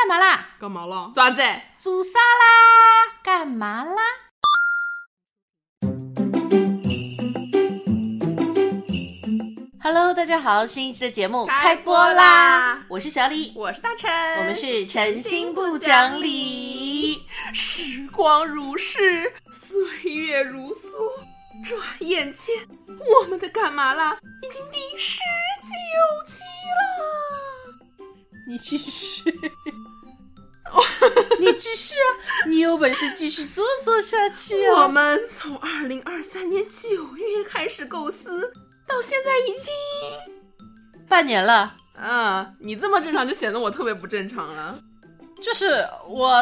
干嘛啦？爪子，煮沙拉干嘛啦？Hello，大家好，新一期的节目开开播播啦啦！我是小李，我是大陈，我我们是诚心不讲理。时光如逝，岁月如梭，转眼间我们的干嘛啦，已经第十九期了。你继续，你继续啊！你有本事继续做做下去我啊！们从二零二三年九月开始构思，到现在已经……半年了，啊，你这么正常就显得我特别不正常了。就是我，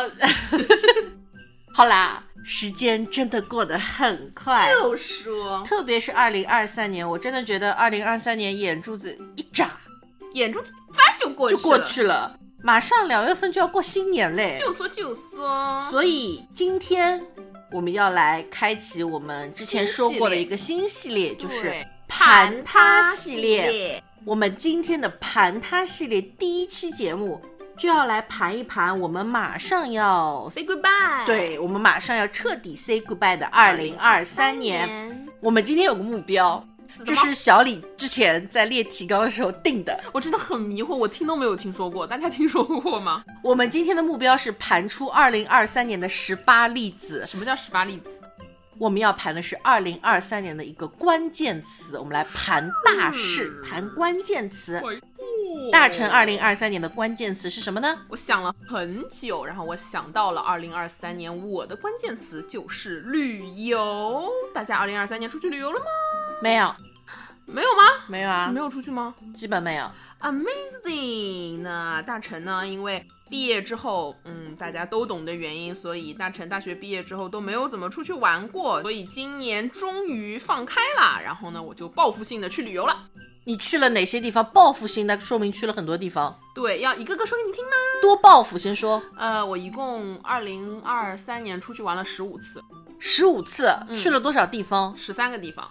好啦，时间真的过得很快，就说特别是二零二三年，我真的觉得二零二三年眼珠子一眨眼珠子翻就过去就了，过去了，马上两月份就要过新年嘞，就说就说，所以今天我们要来开启我们之前说过的一个新系列，就是对盘它它系列。。我们今天的盘它系列第一期节目就要来盘一盘我们马上要 Say goodbye。对，我们马上要彻底 say goodbye 的二零二三年。年，我们今天有个目标，是这什么是小李之前在列提纲的时候定的。我真的很迷惑，我听都没有听说过，大家听说过吗？ 我们今天的目标是盘出二零二三年的十八例子，什么叫十八粒子？我们要盘的是二零二三年的一个关键词，我们来盘大事，嗯盘关键词。我大成二零，二三年的关键词是什么呢？我想了很久，然后我想到了二零二三年，我的关键词就是旅游。大家二零二三年出去旅游了吗？没有，没有吗？没有啊没，有出去吗？基本没有。 Amazing！那大成呢？因为毕业之后，嗯，大家都懂的原因，所以大成大学毕业之后都没有怎么出去玩过，所以今年终于放开啦。然后呢，我就报复性的去旅游了。你去了哪些地方？报复性，那说明去了很多地方。对，要一个个说给你听吗？多报复，先说呃，我一共二零二三年出去玩了十五次，十五次，嗯去了多少地方？十三个地方。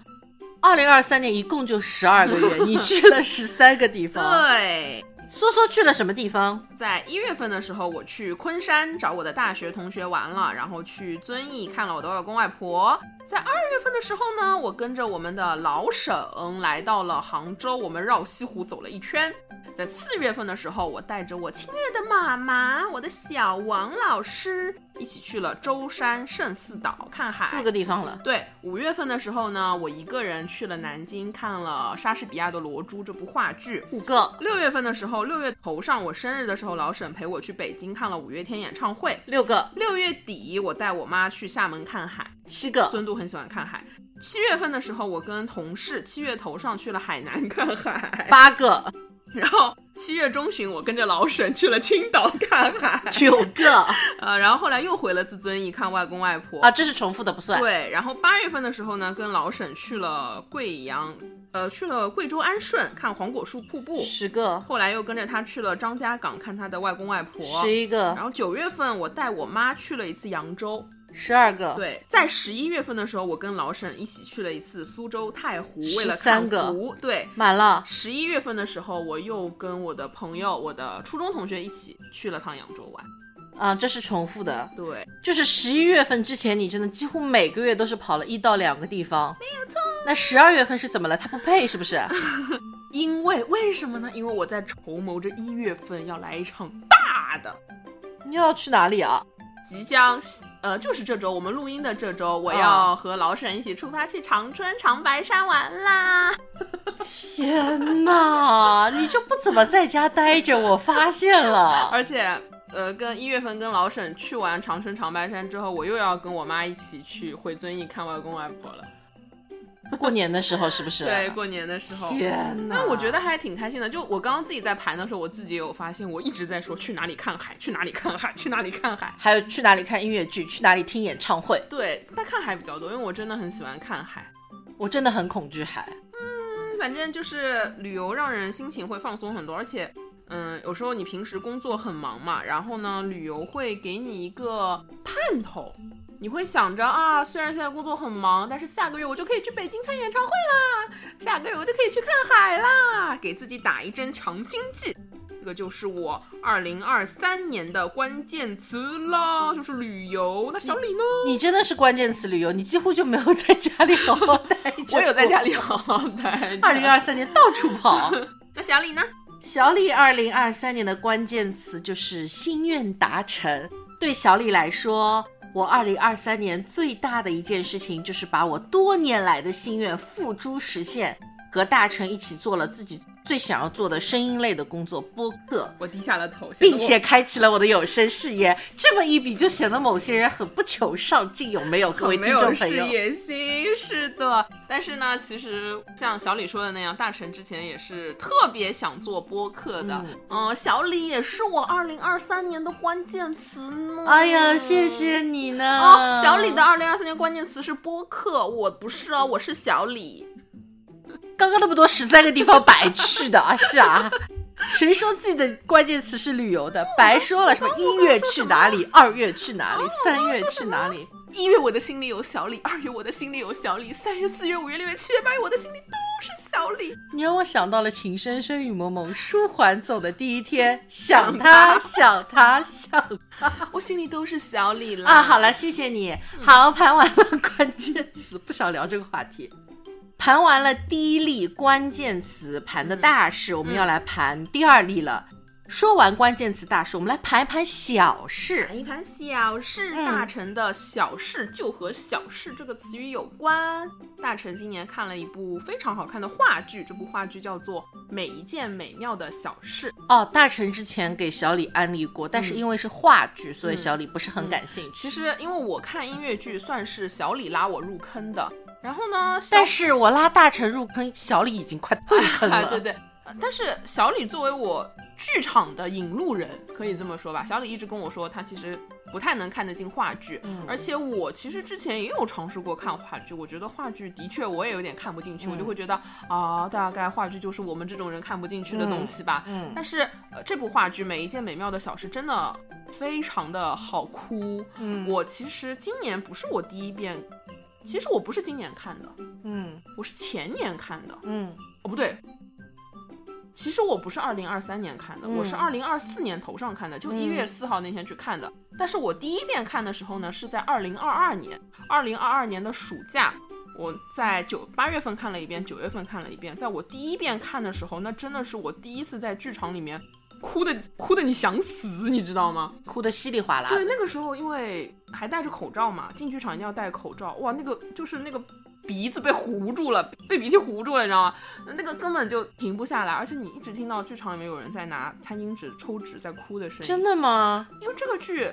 二零二三年一共就十二个 月，你去了十三个地方。对，梭梭去了什么地方？在一月份的时候，我去昆山找我的大学同学玩了，然后去遵义看了我的外公外婆。在二月份的时候呢，我跟着我们的老沈来到了杭州，我们绕西湖走了一圈。在四月份的时候，我带着我亲爱的妈妈，我的小王老师一起去了舟山圣寺岛看海。四个地方了。对，五月份的时候呢，我一个人去了南京，看了莎士比亚的《罗珠》这部话剧。五个，六月份的时候，六月头上我生日的时候，老沈陪我去北京看了五月天演唱会。六个，六月底，我带我妈去厦门看海，七个，尊度很喜欢看海。七月份的时候，我跟同事七月头上去了海南 看海，八个，然后七月中旬我跟着老沈去了青岛看海， 九个呃，然后后来又回了自遵义看外公外婆啊，这是重复的不算。对，然后八月份的时候呢，跟老沈去了贵阳，呃，去了贵州安顺看黄果树瀑布，十个，后来又跟着他去了张家港看他的外公外婆。十一个然，后九月份我带我妈去了一次扬州，十二个，对，在十一月份的时候，我跟老沈一起去了一次苏州太湖，为了13看个湖。对，满了。十一月份的时候，我又跟我的朋友、我的初中同学一起去了趟扬州玩。啊，这是重复的，对，就是十一月份之前，你真的几乎每个月都是跑了一到两个地方。没有错。那十二月份是怎么了？它不配是不 是？因为为什么呢？因为我在筹谋着一月份要来一场大的。你要去哪里啊？即将，呃，就是这周我们录音的这周，我要和老沈一起出发去长春、长白山玩啦。天哪，你就不怎么在家待着，我发现了。而且，呃，跟一月份跟老沈去完长春、长白山之后，我又要跟我妈一起去回遵义看外公外婆了。 过年的时候是不是？啊对，过年的时候。天哪！但我觉得还挺开心的，就我刚刚自己在盘的时候，我自己也有发现，我一直在说去哪里看海，去哪里看海，去哪里看海。还有去哪里看音乐剧，去哪里听演唱会，对，但看海比较多，因为我真的很喜欢看海。我真的很恐惧海。反正就是旅游让人心情会放松很多，而且，嗯，有时候你平时工作很忙嘛，然后呢，旅游会给你一个盼头，你会想着啊，虽然现在工作很忙，但是下个月我就可以去北京看演唱会啦，下个月我就可以去看海啦，给自己打一针强心剂。这个就是我二零二三年的关键词啦，就是旅游。那小李呢？你真的是关键词旅游，你几乎就没有在家里好好待着。我有在家里好好待着。二零二三年到处跑。那小李呢？小李二零二三年的关键词就是心愿达成。对小李来说，我二零二三年最大的一件事情就是把我多年来的心愿付诸实现，和大成一起做了自己最想要做的声音类的工作播客。我低下了头，显得并且开启了我的有声事业，这么一比就显得某些人很不求上进，有没有？各我位很没听有众朋事友，业心。是的，但是呢，其实像小李说的那样，大成之前也是特别想做播客的。嗯，小李也是我二零二三年的关键词呢。哎呀，谢谢你啊呢，哦，小李的二零二三年关键词是播客，我不是哦，我是小李。刚刚那么多十三个地方白去的啊，是啊。谁说自己的关键词是旅游的？白说了，什么一月去哪里，二月去哪里，三月去哪里？一月我的心里有小李，二月我的心里有小李，三月、四月、五月、六月、七月、八月我的心里都是小李。你让我想到了《情深深雨蒙蒙》，舒缓走的第一天，想 他，想他，想啊我心里都是小李啦。啊，好了，谢谢你。嗯好，盘完了关键词，不想聊这个话题。盘完了第一例关键词，盘的大事，我们要来盘第二例了。说完关键词大事，我们来盘一盘小事。盘一盘小事，嗯大成的小事就和“小事”这个词语有关。大成今年看了一部非常好看的话剧，这部话剧叫做《每一件美妙的小事》。哦，大成之前给小李安利过，但嗯是因为是话剧，所以小李不是很感兴趣。其实，因为我看音乐剧算是小李拉我入坑的，然后呢，小但是我拉大成入坑，小李已经快退坑啊了。 对对，呃但是小李作为我剧场的引路人，可以这么说吧。小李一直跟我说，他其实不太能看得进话剧，嗯而且我其实之前也有尝试过看话剧，我觉得话剧的确我也有点看不进去，嗯我就会觉得啊，大概话剧就是我们这种人看不进去的东西吧。嗯，但是呃，这部话剧《每一件美妙的小事》真的非常的好哭。嗯我其实今年不是我第一遍，其实我不是今年看的，嗯我是前年看的。嗯哦，不对，其实我不是二零二三年看的，我是嗯二零二四年头上看的，就一月四号那天去看的。但是我第一遍看的时候呢，是在二零二二年，二零二二年的暑假。我在九八月份看了一遍，九月份看了一遍。在我第一遍看的时候，那真的是我第一次在剧场里面哭的，哭的你想死，你知道吗？哭得稀里哗啦。对，那个时候因为还戴着口罩嘛，进剧场一定要戴口罩。哇，那个就是那个鼻子被糊住了，被鼻涕糊住了，你知道吗？那个根本就停不下来，而且你一直听到剧场里面有人在拿餐巾纸抽纸在哭的声音。真的吗？因为这个剧，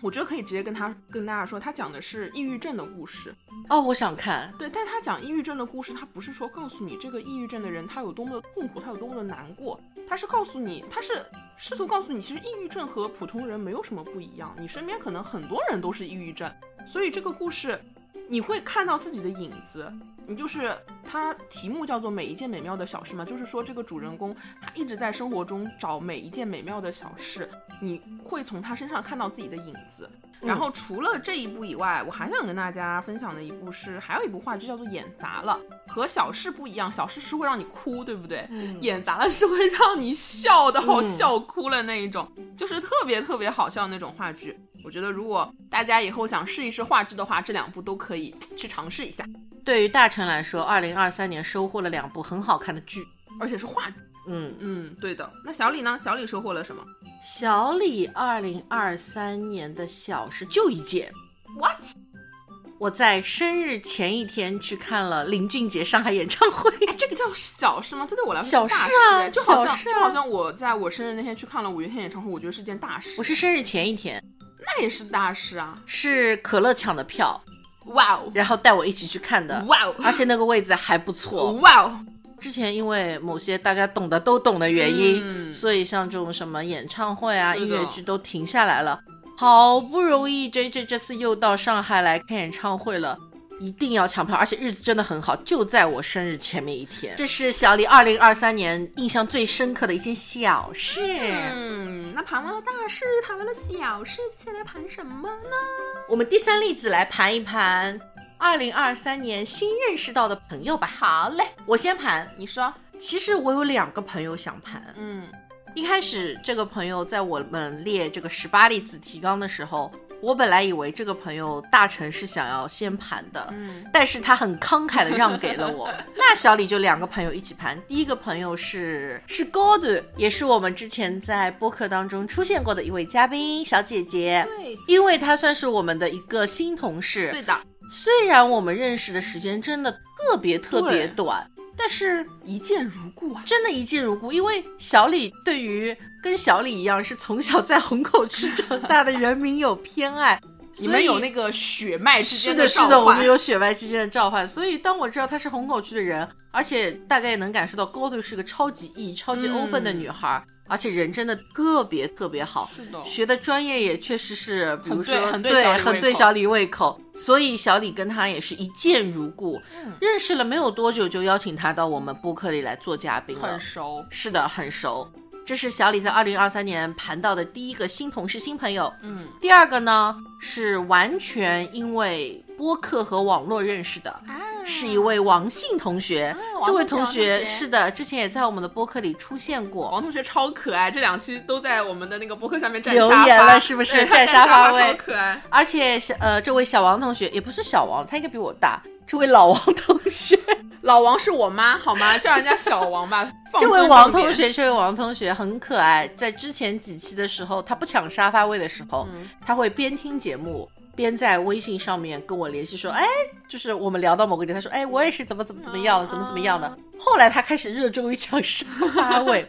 我觉得可以直接跟他跟大家说，他讲的是抑郁症的故事。哦，我想看。对，但他讲抑郁症的故事，他不是说告诉你这个抑郁症的人他有多么的痛苦，他有多么的难过，他是告诉你，他是试图告诉你，其实抑郁症和普通人没有什么不一样，你身边可能很多人都是抑郁症，所以这个故事你会看到自己的影子。你就是它题目叫做《每一件美妙的小事》嘛，就是说这个主人公他一直在生活中找每一件美妙的小事，你会从他身上看到自己的影子。然后除了这一部以外，我还想跟大家分享的一部是，还有一部话剧叫做《演砸了》，和小事不一样，小事是会让你哭，对不对？嗯演砸了是会让你笑到嗯笑哭了那一种，就是特别特别好笑的那种话剧。我觉得如果大家以后想试一试话剧的话，这两部都可以去尝试一下，对于大成来说，二零二三年收获了两部很好看的剧。而且是话剧。嗯，嗯，对的。那小李呢？小李收获了什么小李二零二三年的小事就一件， ？What？我在生日前一天去看了林俊杰上海演唱会。 哎，这个叫小事吗？这对我来说是小大事啊哎就好小像事啊就好像我在我生日那天去看了五月天演唱会，我觉得是件大事。我是生日前一天，那也是大事啊！是可乐抢的票，哇哦，然后带我一起去看的，哇哦，而且那个位置还不错。哇哦，之前因为某些大家懂的都懂的原因，嗯所以像这种什么演唱会啊、对音的乐剧都停下来了。好不容易 J J 这次又到上海来看演唱会了，一定要抢票，而且日子真的很好，就在我生日前面一天。这是小李二零二三年印象最深刻的一件小事。嗯，那盘完了大事，盘完了小事，接下来盘什么呢？我们第三例子来盘一盘二零二三年新认识到的朋友吧。好嘞，我先盘。你说，其实我有两个朋友想盘，嗯一开始这个朋友在我们列这个十八粒子提纲的时候，我本来以为这个朋友大成是想要先盘的，嗯，但是他很慷慨的让给了我。 那小李就两个朋友一起盘，第一个朋友是是 God，也是我们之前在播客当中出现过的一位嘉宾小姐姐，对因为她算是我们的一个新同事，对的，虽然我们认识的时间真的特别特别对短，但是一见如故啊。真的一见如故。因为小李对于跟小李一样是从小在虹口区长大的人民有偏爱，你们有那个。个血脉 之是间的，是召的，我唤们有血脉之间的召唤，所以当我知道她是虹口区的人，而且大家也能感受到高队是个超级 E、超级嗯 open 的女孩，而且人真的特别特别好，是的，学的专业也确实是，比如很对说很对对很对小李胃口小李胃口，所以小李跟他也是一见如故，嗯认识了没有多久就邀请他到我们播客里来做嘉宾了嗯很，熟。是的，很熟。这是小李在二零二三年盘到的第一个新同事、新朋友。嗯，第二个呢，是完全因为播客和网络认识的，是一位王姓同学。嗯哦王这位同同学学王同学是的，之前也在我们的播客里出现过，王同学超可爱，这两期都在我们的那个博客下面占留沙言发了是不是对他占占沙发发位超可爱，而且小呃，这位小王同学也不是小王，他应该比我大。这位老王同学，老王是我妈好吗？叫人家小王吧。放这位尊王重点同，学，这位王同学很可爱。在之前几期的时候，他不抢沙发位的时候，嗯他会边听节目边在微信上面跟我联系说，哎，就是我们聊到某个点，他说，哎，我也是怎么怎么怎么样，怎么怎么样啊的。后来他开始热衷于抢沙发位。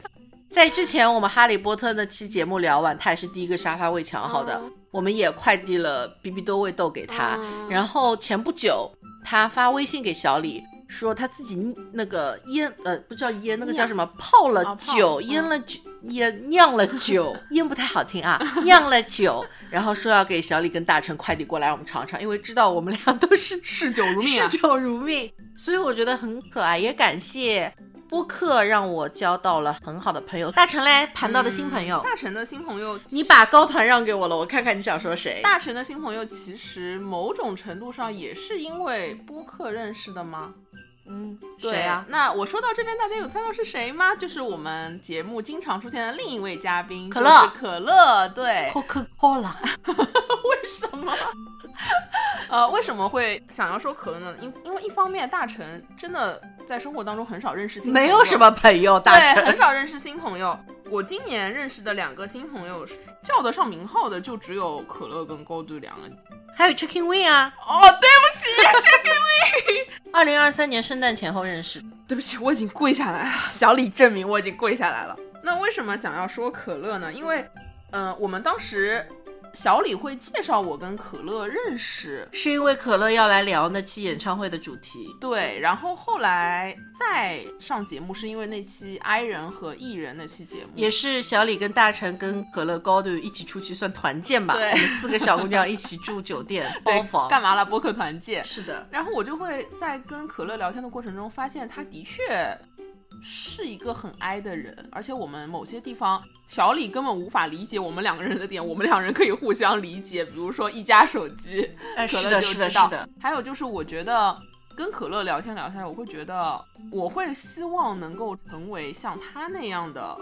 在之前我们《哈利波特》那期节目聊完，他也是第一个沙发位抢好的，嗯我们也快递了比比多味豆给他。嗯然后前不久他发微信给小李。说他自己那个腌呃不叫腌那个叫什么泡了哦泡酒、嗯腌了酒腌酿了酒腌不太好听啊酿了酒，然后说要给小李跟大成快递过来我们尝尝，因为知道我们俩都是嗜酒如命啊嗜！酒如命，所以我觉得很可爱，也感谢播客让我交到了很好的朋友。大成嘞盘到的新朋友，嗯大成的新朋友，你把高团让给我了，我看看你想说谁。大成的新朋友其实某种程度上也是因为播客认识的吗？嗯，对谁啊，那我说到这边，大家有猜到是谁吗？就是我们节目经常出现的另一位嘉宾，可乐哦就是可乐。对， ，Coca Cola。为什么？呃，为什么会想要说可乐呢？因因为一方面，大成真的在生活当中很少认识新，没有什。么朋友，大对，很成。少认识新朋友。我今年认识的两个新朋友，叫得上名号的就只有可乐跟高队两个。还有 Chicken Wing 啊，哦，对不起，二零二三年圣诞前后认识的。对不起，我已经跪下来了。小李证明我已经跪下来了。那为什么想要说可乐呢？因为，呃，我们当时小李会介绍我跟可乐认识，是因为可乐要来聊那期演唱会的主题，对，然后后来再上节目是因为那期 I 人和 E 人那期节目，也是小李跟大成跟可乐高队一起出去算团建吧，对我们四个小姑娘一起住酒店包 对房，干嘛啦？播客团建。是的，然后我就会在跟可乐聊天的过程中，发现他的确是一个很 I 的人，而且我们某些地方小李根本无法理解我们两个人的点，我们两人可以互相理解，比如说一家手机，哎，可是乐的，就是的，知是道的，还有就是我觉得。跟可乐聊天聊下来，我会觉得我会希望能够成为像他那样的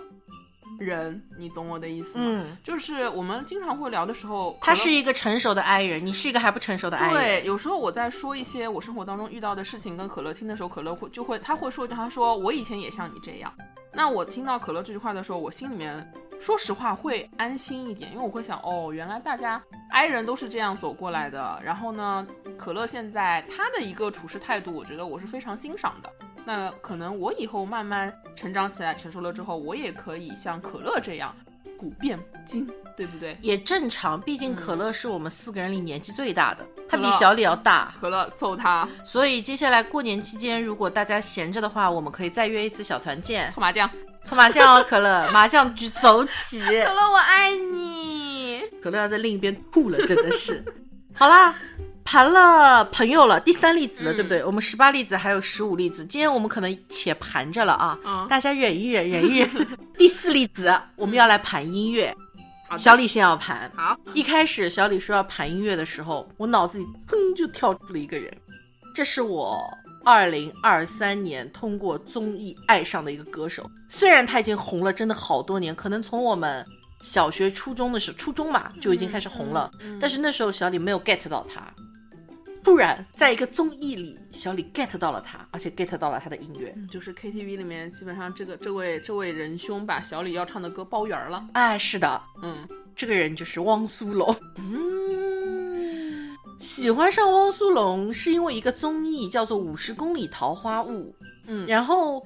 人，你懂我的意思吗？嗯，就是我们经常会聊的时候，他可乐是一个成熟的 I 人，你是一个还不成熟的 I 人，对，有时候我在说一些我生活当中遇到的事情，跟可乐听的时候，可乐会就会他会说一句，他说我以前也像你这样。那我听到可乐这句话的时候，我心里面说实话会安心一点，因为我会想，哦，原来大家 i 人都是这样走过来的。然后呢，可乐现在他的一个处事态度，我觉得我是非常欣赏的。那可能我以后慢慢成长起来、成熟了之后，我也可以像可乐这样古变今，对不对？也正常，毕竟可乐是我们四个人里年纪最大的，他比嗯可乐小李要大，可乐揍他，所以接下来过年期间，如果大家闲着的话，我们可以再约一次小团建，搓麻将。搓麻将哦，可乐，麻将局走起。乐，我爱你。 可乐要在另一边吐了，真的是。 好啦，盘了朋友了，第三粒子了，嗯对不对？我们十八粒子还有十五粒子，今天我们可能且盘着了啊，嗯大家忍一忍，忍一 忍。第四粒子，我们要来盘音乐。好的小李先要盘。好，一开始小李说要盘音乐的时候，我脑子里噌就跳出了一个人，这是我2023二零二三年通过综艺爱上的一个歌手。虽然他已经红了，真的好多年，可能从我们小学、初中的时候，初中嘛就已经开始红了，但是那时候小李没有 get 到他。突然，在一个综艺里，小李 get 到了他，而且 get 到了他的音乐。就是 KTV 里面，基本上这个这位这位仁兄把小李要唱的歌包圆儿了。哎，是的，嗯，这个人就是汪苏泷。嗯喜欢上汪苏泷是因为一个综艺叫做《五十公里桃花坞》，嗯然后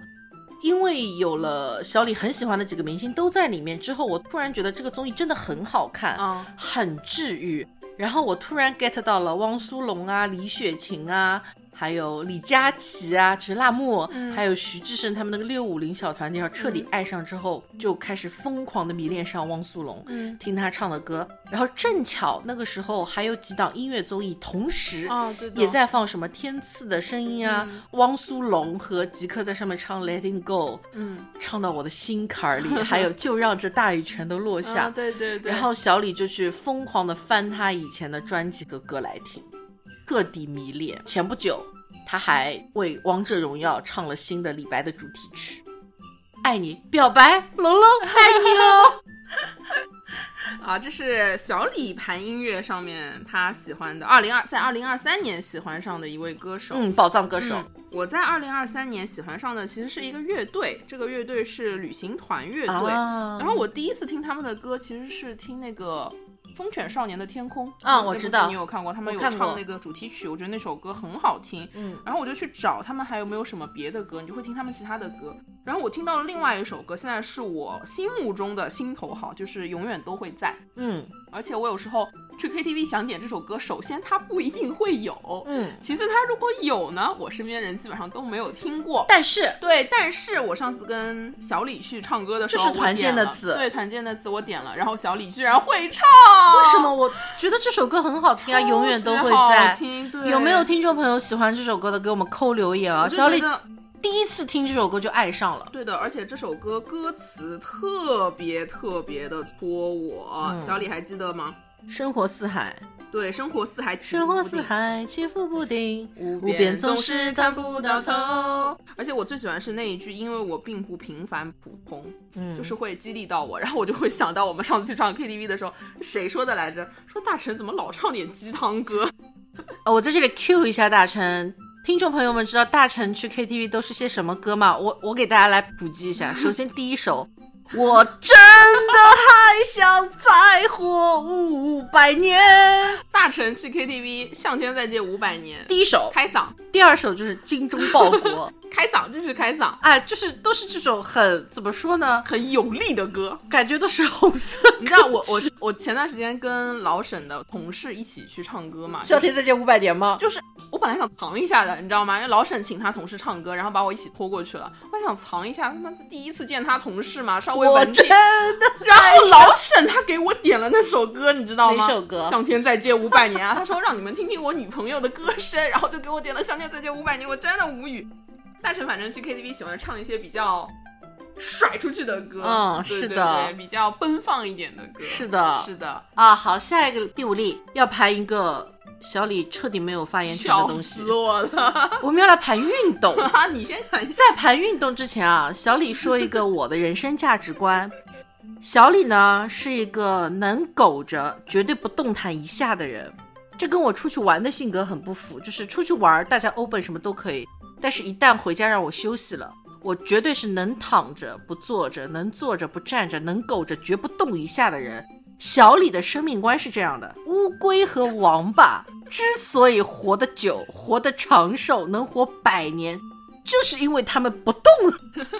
因为有了小李很喜欢的几个明星都在里面之后，我突然觉得这个综艺真的很好看，啊，很治愈。然后我突然 get 到了汪苏泷啊、李雪琴啊，还有李佳琦啊，就是辣目，嗯还有徐志胜他们那个六五零小团体，然后彻底爱上之后，就开始疯狂的迷恋上汪苏泷。嗯，听他唱的歌，然后正巧那个时候还有几档音乐综艺同时哦，对的，也在放什么《天赐的声音》啊，嗯汪苏泷和吉克在上面唱《Letting Go》，嗯唱到我的心坎 儿里，还有就让这大雨全都落啊，下。对对对，嗯然后小李就去疯狂的翻他以前的专辑和歌来听，彻底迷恋。前不久，他还为《王者荣耀》唱了新的李白的主题曲，《爱你》表白，龙龙爱你哦。 啊，这是小李盘音乐上面他喜欢的，二零二在二零二三年喜欢上的一位歌手。嗯，宝藏歌手。嗯我在二零二三年喜欢上的其实是一个乐队，这个乐队是旅行团乐队。啊、然后我第一次听他们的歌，其实是听那个《风犬少年的天空》啊那我部知剧道你有看过？他我们有看过唱那个主题曲，我觉得那首歌很好听。嗯，然后我就去找他们还有没有什么别的歌，你就会听他们其他的歌。然后我听到了另外一首歌，现在是我心目中的心头好，就是永远都会在。嗯而且我有时候去 KTV 想点这首歌，首先它不一定会有，嗯，其次它如果有呢，我身边人基本上都没有听过。但是对，但是我上次跟小李去唱歌的时候，这是团建的词我点了对，团建的词我点了，然后小李居然会唱，为什么我觉得这首歌很好听啊，永远都会在哦好。听对，有没有听众朋友喜欢这首歌的，给我们扣留言啊！我就小觉得？李第一次听这首歌就爱上了，对的，而且这首歌歌词特别特别的戳我，嗯小李还记得吗？生活似海，对，生活似海，起生活伏不似定海，起伏不定，无边边总总是是看看不不到到头头。而且我最喜欢是那一句，因为我并不平凡普通，嗯，就是会激励到我，然后我就会想到我们上次去唱 KTV 的时候，谁说的来着？说大陈怎么老唱点鸡汤歌？呃我在这里 Q 一下大成。听众朋友们知道大成去 KTV 都是些什么歌吗？我我给大家来普及一 下。首先第一首，我真的还想再活五百年。大陈去 KTV，向天再借五百年，第一首，开嗓，第二首就是精忠报 国，开嗓，继续开嗓，哎，就是都是这种很怎么说呢，很有力的歌。感觉都是红色。你知道我我我前段时间跟老沈的同事一起去唱歌嘛，笑天再见五百年吗？就是我本来想藏一下的，你知道吗？因为老沈请他同事唱歌，然后把我一起拖过去了。我还想藏一下，他妈第一次见他同事嘛，稍微我真文静。的然后老沈他给我点了那首歌，你知道吗？哪首歌向天再借五百年啊！他 说让你们听听我女朋友的歌声，然后就给我点了《向天再借五百年》，我真的无语。大陈反正去 KTV 喜欢唱一些比较甩出去的歌，嗯对是对的对比较奔放一点的歌，是的是的，啊，好，下一个第五例要盘一个小李彻底没有发言权的笑东西死，我了！我们要来盘运动。啊，你先想一下，在盘运动之前啊，小李说一个我的人生价值观。小李呢是一个能苟着，绝对不动弹一下的人，这跟我出去玩的性格很不符。就是出去玩，大家 open 什么都可以，但是一旦回家让我休息了，我绝对是能躺着不坐着，能坐着不站着，能苟着绝不动一下的人。小李的生命观是这样的：乌龟和王八之所以活得久、活得长寿，能活百年，就是因为他们不动了，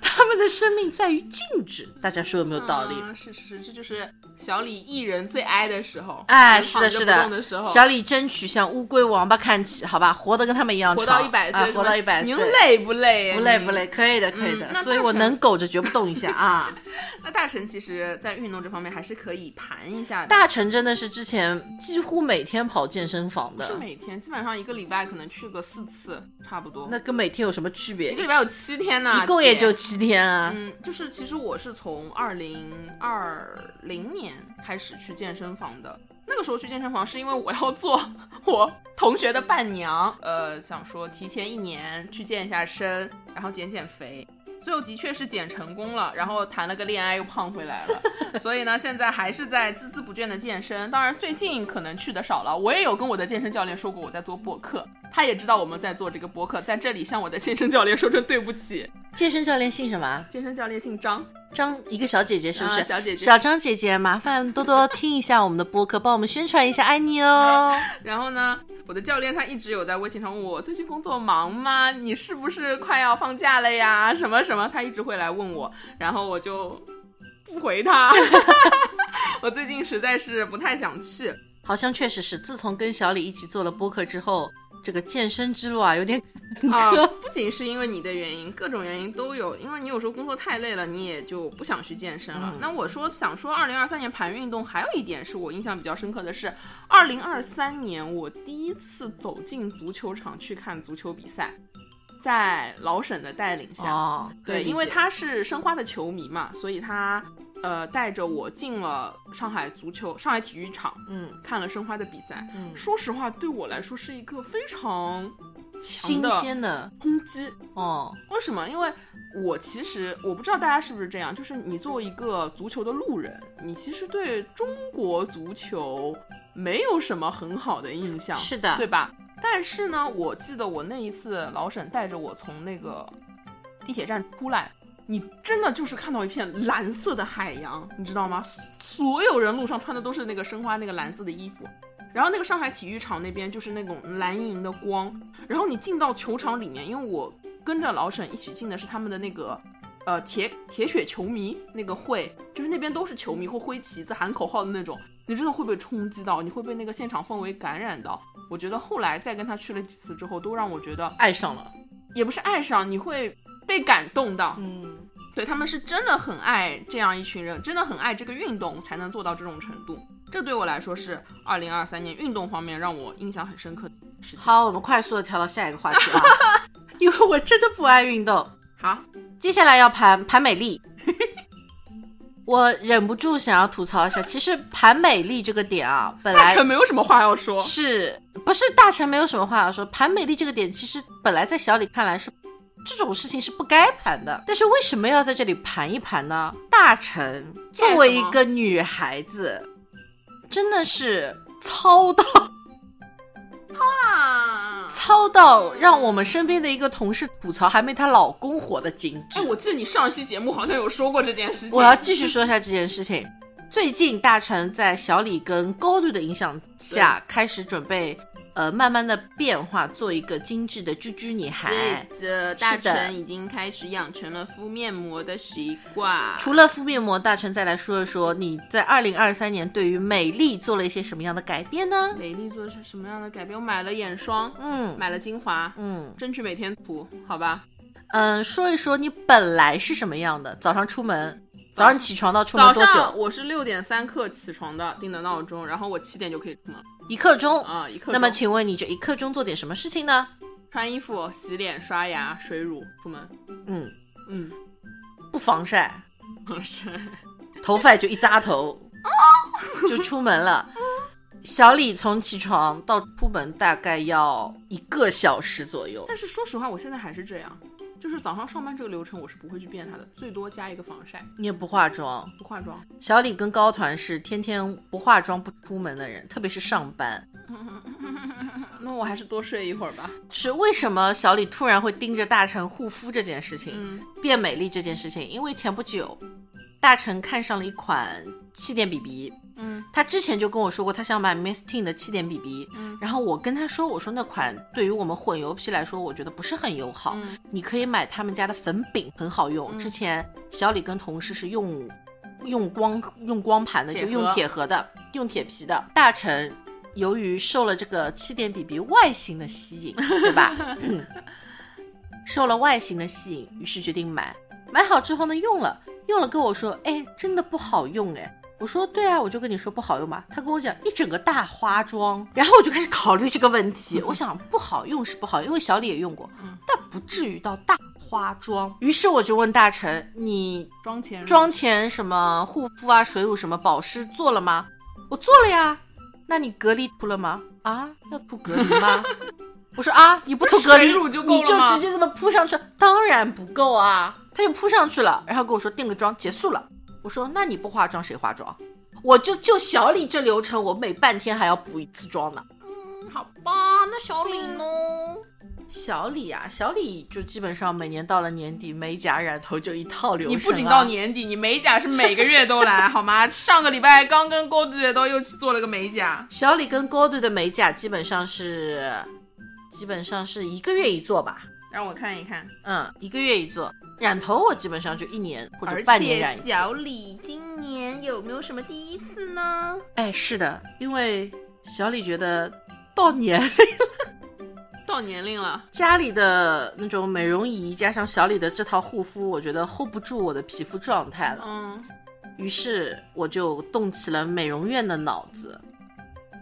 他们的生命在于静止。大家说有没有道理？嗯是是是，这就是小李一人最哀的时候，哎，就是躺的，着是不动的时候，小李争取向乌龟、王八看齐，好吧，活得跟他们一样长，活到一百岁啊是吧，活到一百岁，您累不累？不累您不累，。可以的，可以的，嗯那所以我大成能苟着绝不动一下啊。 那大臣其实，在运动这方面还是可以盘一下的，大成真的是之前几乎每天跑健身房不是的，每天，基本上一个礼拜可能去个四次，差不多。那跟每天有什么区别？一个礼拜有七天呢，一共也姐就七天啊。嗯，就是其实我是从二零二零年开始去健身房的，那个时候去健身房是因为我要做我同学的伴娘，呃，想说提前一年去健一下身，然后减减肥。最后的确是减成功了，然后谈了个恋爱又胖回来了， 所以呢，现在还是在孜孜不倦的健身。当然，最近可能去的少了，我也有跟我的健身教练说过我在做播客，他也知道我们在做这个播客，在这里向我的健身教练说声对不起。健身教练姓什么啊？健身教练姓张，张一个小姐姐是不是？啊小姐姐小张姐姐，麻烦多多听一下我们的播客，帮我们宣传一下，爱你 哦。然后呢，我的教练他一直有在微信上问我最近工作忙吗？你是不是快要放假了呀？什么什么，他一直会来问我，然后我就不回他。 我最近实在是不太想去，好像确实是，自从跟小李一起做了播客之后，这个健身之路啊，有点 啊、 不仅是因为你的原因，各种原因都有。因为你有时候工作太累了，你也就不想去健身了。嗯那我说想说，二零二三年盘运动还有一点是我印象比较深刻的是，二零二三年我第一次走进足球场去看足球比赛，在老沈的带领下，哦，可对，以理因为解他是申花的球迷嘛，所以他呃带着我进了上海足球上海体育场嗯看了申花的比赛。嗯，说实话，对我来说是一个非常强新的鲜的冲击。哦，为什么？因为我其实我不知道大家是不是这样，就是你作为一个足球的路人，你其实对中国足球没有什么很好的印象，是的，对吧？但是呢，我记得我那一次老沈带着我从那个地铁站出来，你真的就是看到一片蓝色的海洋，你知道吗？所有人路上穿的都是那个申花那个蓝色的衣服。然后那个上海体育场那边就是那种蓝银的光，然后你进到球场里面，因为我跟着老沈一起进的是他们的那个，呃铁铁血球迷那个会，就是那边都是球迷会挥旗子喊口号的那种，你真的会被冲击到，你会被那个现场氛围感染到。我觉得后来再跟他去了几次之后，都让我觉得爱上了，也不是爱上，你会被感动到，嗯，对他们是真的很爱这样一群人，真的很爱这个运动，才能做到这种程度。这对我来说是二零二三年运动方面让我印象很深刻的事情。好，我们快速的跳到下一个话题啊， 因为我真的不爱运动。好，接下来要盘盘美丽， 我忍不住想要吐槽一下，其实盘美丽这个点啊，本大来成没有什么话要说，是不是大臣没有什么话要说？盘美丽这个点，其实本来在小李看来是这种事情是不该盘的，但是为什么要在这里盘一盘呢？大臣干什么作为一个女孩子，真的是操到啊操到，让我们身边的一个同事吐槽还没她老公火的精致哎，。我记得你上一期节目好像有说过这件事情。我要继续说一下这件事情。最近，大臣在小李跟高律的影响下，开始准备呃慢慢的变化，做一个精致的居居女孩。这大成已经开始养成了敷面膜的习惯除了敷面膜，大臣再来说一说你在二零二三年对于美丽做了一些什么样的改变呢？美丽做是什么样的改变？我买了眼霜，嗯买了精华，嗯争取每天涂，好吧？嗯，说一说你本来是什么样的？早上出门，早上起床到出门早多上久？我是六点三刻起床的，定的闹钟，然后我七点就可以出门了一刻钟。啊，一刻钟。那么，请问你这一刻钟做点什么事情呢？穿衣服、洗脸、刷牙、水乳出门。嗯， 嗯，不防晒，是头发也就一扎头，哦就出门了。小李从起床到出门大概要一个小时左右。但是说实话，我现在还是这样，就是早上上班这个流程我是不会去变它的，最多加一个防晒，你也不化妆，不化妆。小李跟高团是天天不化妆不出门的人，特别是上班。那我还是多睡一会儿吧。是为什么小李突然会盯着大臣护肤这件事情、嗯，变美丽这件事情？因为前不久，大臣看上了一款气垫 BB。嗯，他之前就跟我说过，他想买 Mistin 的气垫 BB。嗯，然后我跟他说，我说那款对于我们混油皮来说，我觉得不是很友好。嗯你可以买他们家的粉饼，很好用。之前小李跟同事是用用光用光盘的，铁就盒用铁盒的，用铁皮的。大臣由于受了这个气垫 BB 外形的吸引，对吧？ 嗯受了外形的吸引，于是决定买。买好之后呢，用了，用了跟我说，哎，真的不好用哎。我说对啊，我就跟你说不好用嘛。他跟我讲一整个大花妆，然后我就开始考虑这个问题。我想不好用是不好用，因为小李也用过，但不至于到大花妆。于是我就问大臣，你妆前乳妆前什么护肤啊、水乳什么保湿做了吗？我做了呀。那你隔离涂了吗？啊，要涂隔离 吗？我说啊，你不涂隔离水乳就够了你就吗直接这么扑上去，当然不够啊。他就扑上去了，然后跟我说定个妆结束了。我说那你不化妆谁化妆？我就就小李这流程，我每半天还要补一次妆呢。嗯好吧，那小李呢？小李啊，小李就基本上每年到了年底，美甲、染头就一套流程、啊你不仅到，年底，你美甲是每个月都来，好吗？上个礼拜刚跟郭队都又去做了个美甲，小李跟 g o d 的美甲基本上是，基本上是一个月一做吧，让我看一看。嗯，一个月一做。染头我基本上就一年或者而半年且染一次。小李今年有没有什么第一次呢？哎，是的，因为小李觉得到年到年龄了， 家里的那种美容仪加上小李的这套护肤，我觉得 hold 不住我的皮肤状态了。嗯，于是我就动起了美容院的脑子，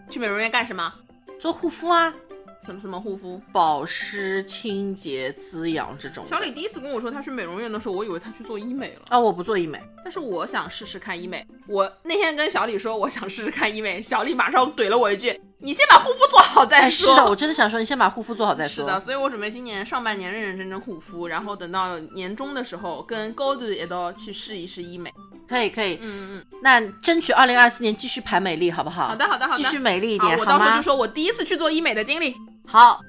去美容院干什么？做护肤啊，什么什么护肤？保湿、清洁、滋养这种的。小李第一次跟我说他去美容院的时候，我以为他去做医美了，啊，我不做医美，但是我想试试看医美。我那天跟小李说我想试试看医美，小李马上怼了我一句：“你先把护肤做好再 哎，说。是的，我真的想说，你先把护肤做好再是说。的，所以我准备今年上半年认认真真护肤，然后等到年终的时候跟 Gold 也都去试一试医美。可以可以，嗯嗯，那争取二零二四年继续盘美丽，好不好？好的好的好的继续美丽一好，点，我到时候吗就？说我第一次去做医美的经历，好，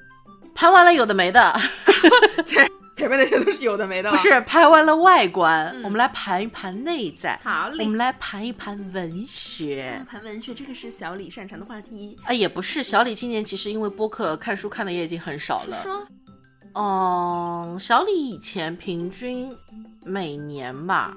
盘完了有的没的， 前面那些都是有的没的了。不是盘完了外观，嗯我们来盘一盘内在，我好嘞们，来盘一盘文学。谈文学这个是小李擅长的话题。啊，也不是，小李今年其实因为播客看书看的也已经很少了。说嗯，小李以前平均每年吧，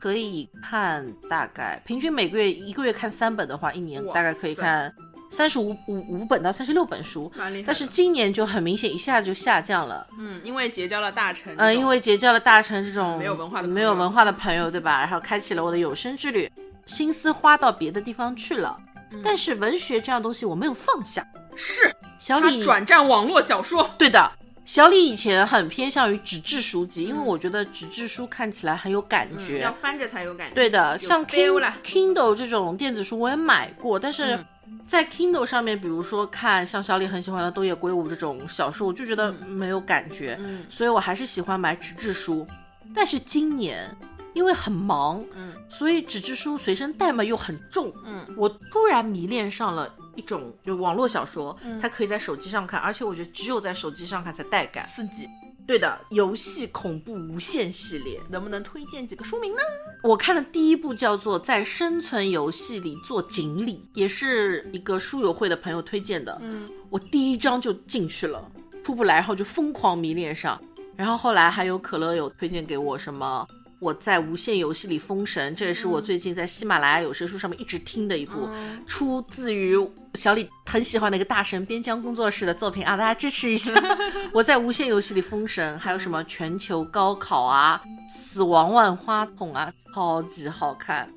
可以看大概平均每个月一个月看三本的话，一年哇大概可以塞看三十五五五本到三十六本书。蛮厉害的，但是今年就很明显一下就下降了，嗯，因为结交了大臣，嗯，因为结交了大成这种没有文化的朋没有友文化的朋友，对吧？然后开启了我的有声之旅，心思花到别的地方去了。嗯但是文学这样东西我没有放下，是小他李转战网络小说，对的，小李以前很偏向于纸质书籍，因为我觉得纸质书看起来很有感嗯觉。要翻着才有感觉。对的，有像 feel Kin- 啦嗯 Kindle 这种电子书我也买过，但是在 Kindle 上面，比如说看像小李很喜欢的东野圭吾这种小说，我就觉得没有感觉，嗯所以我还是喜欢买纸质书。但是今年因为很忙，嗯所以纸质书随身带嘛又很重，嗯，我突然迷恋上了一种就网络小说，它可以在手机上看，而且我觉得只有在手机上看才带感。刺激。对的，游戏恐怖无限系列，能不能推荐几个书名呢？我看的第一部叫做《在生存游戏里做锦鲤》，也是一个书友会的朋友推荐的。嗯，我第一章就进去了，出不来，然后就疯狂迷恋上。然后后来还有可乐有推荐给我什么？我在无限游戏里封神，这也是我最近在喜马拉雅有声书上面一直听的一部，嗯出自于小李很喜欢的一个大神边疆工作室的作品啊，大家支持一下。我在无限游戏里封神，还有什么全球高考啊、死亡万花筒啊，超级好看。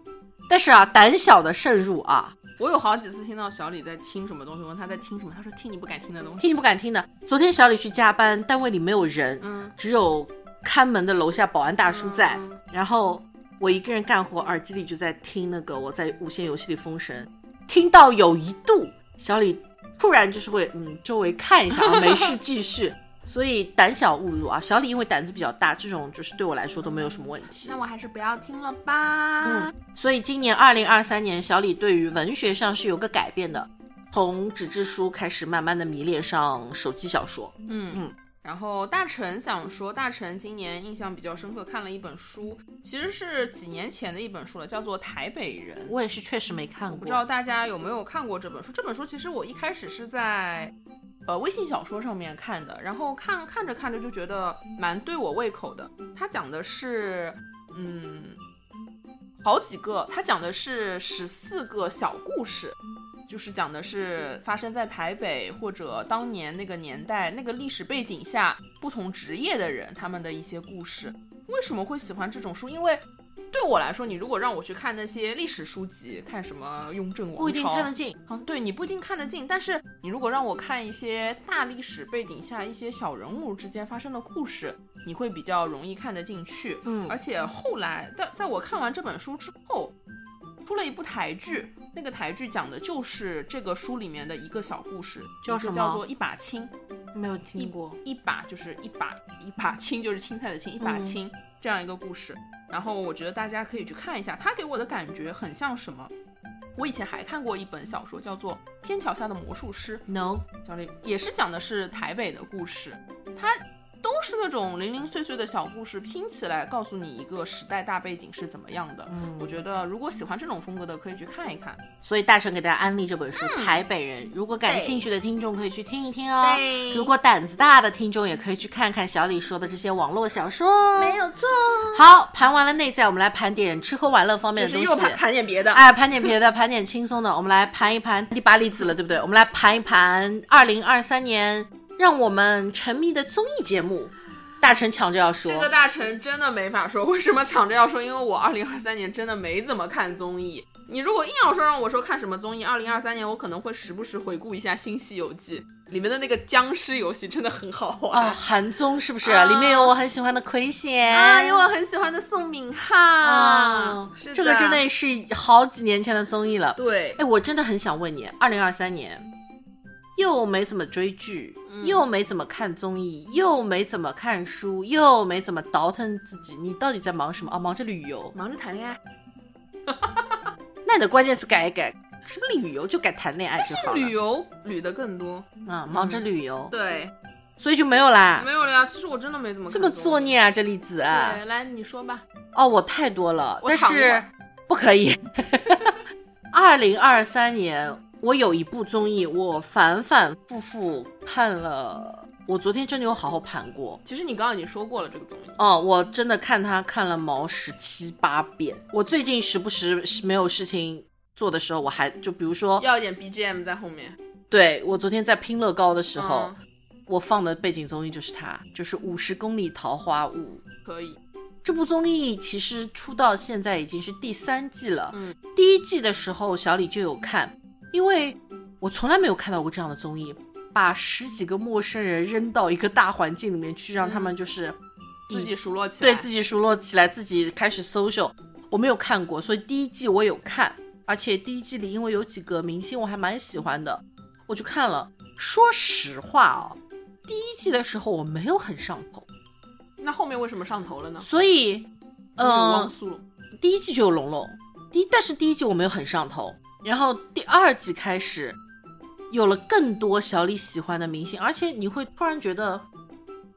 但是啊，胆小的慎入啊，我有好几次听到小李在听什么东西，我问他在听什么，他说听你不敢听的东西，听你不敢。敢听的。昨天小李去加班，单位里没有人，嗯，只有看门的楼下保安大叔在，嗯然后我一个人干活，耳机里就在听那个我在无线游戏里封神，听到有一度小李突然就是会嗯周围看一下啊，没事继续。 所以胆小勿入啊！小李因为胆子比较大，这种就是对我来说都没有什么问题。那我还是不要听了吧。嗯，所以今年二零二三年，小李对于文学上是有个改变的，从纸质书开始慢慢的迷恋上手机小说。嗯嗯然后大成想说，大成今年印象比较深刻，看了一本书，其实是几年前的一本书了，叫做《台北人》。我也是确实没看过，我不知道大家有没有看过这本书。这本书其实我一开始是在呃微信小说上面看的，然后看看着看着就觉得蛮对我胃口的。它讲的是嗯好几个，它讲的是十四个小故事。就是讲的是发生在台北或者当年那个年代、那个历史背景下不同职业的人他们的一些故事。为什么会喜欢这种书？因为对我来说，你如果让我去看那些历史书籍，看什么雍正王朝，不一定看得进。好像对你不一定看得进，但是你如果让我看一些大历史背景下一些小人物之间发生的故事，你会比较容易看得进去。嗯而且后来，在在我看完这本书之后，出了一部台剧，那个台剧讲的就是这个书里面的一个小故事，叫就是什么叫做一把青，没有一听过。一把就是一把一把青就是青菜的青，一把嗯青、这样一个故事。然后我觉得大家可以去看一下，它给我的感觉很像什么？我以前还看过一本小说，叫做《天桥下的魔术师》， No，小李也是讲的是台北的故事，它都是那种零零碎碎的小故事拼起来，告诉你一个时代大背景是怎么样的。我觉得如果喜欢这种风格的，可以去看一看。所以大成给大家安利这本书《嗯台北人》，如果感兴趣的听众可以去听一听哦。对如果胆子大的听众也可以去看看小李说的这些网络小说。没有错，好，盘完了内在，我们来盘点吃喝玩乐方面就的是东西。又盘盘点别的，哎，盘点别的，盘点轻松的，我们来盘一盘第八例子了，对不对？我们来盘一盘二零二三年让我们沉迷的综艺节目。大成抢着要说，这个大臣真的没法说，为什么抢着要说？因为我二零二三年真的没怎么看综艺。你如果硬要说让我说看什么综艺，二零二三年我可能会时不时回顾一下《新西游记》里面的那个僵尸游戏，真的很好玩啊，韩综是不是、啊里面有我很喜欢的奎贤啊，有我很喜欢的宋敏浩，啊哦是哎这个真的是好几年前的综艺了。对，哎，我真的很想问你，二零二三年又没怎么追剧，嗯又没怎么看综艺，又没怎么看书，又没怎么倒腾自己，你到底在忙什么？哦，忙着旅游。忙着谈恋爱，那你的关键词改一改，什么旅游就改谈恋爱就好了。旅游旅的更多，啊，忙着旅游，对，所以就没有啦。没有了呀。其实我真的没怎么看这么综作艺。孽啊，这例子啊。对，来你说吧，哦，我太多了，我但躺一会是儿不可以。 二零二三年，我有一部综艺，我反反复复看了，我昨天真的有好好盘过。其实你刚刚已经说过了这个综艺，哦，我真的看它看了毛十七八遍。我最近时不时是没有事情做的时候，我还就比如说，要一点 BGM 在后面。对我昨天在拼乐高的时候，嗯我放的背景综艺就是它，就是《五十公里桃花坞》。可以，这部综艺其实出到现在已经是第三季了。嗯，第一季的时候小李就有看，因为我从来没有看到过这样的综艺，把十几个陌生人扔到一个大环境里面去，让他嗯们就是、自己熟络起来。对自己熟络起来，自己开始 social。我没有看过，所以第一季我有看，而且第一季里因为有几个明星我还蛮喜欢的，我就看了。说实话哦，第一季的时候我没有很上头，那后面为什么上头了呢？所以，因为嗯有嗯汪，苏泷，第一季就有龙龙，第一但是第一季我没有很上头，然后第二季开始有了更多小李喜欢的明星，而且你会突然觉得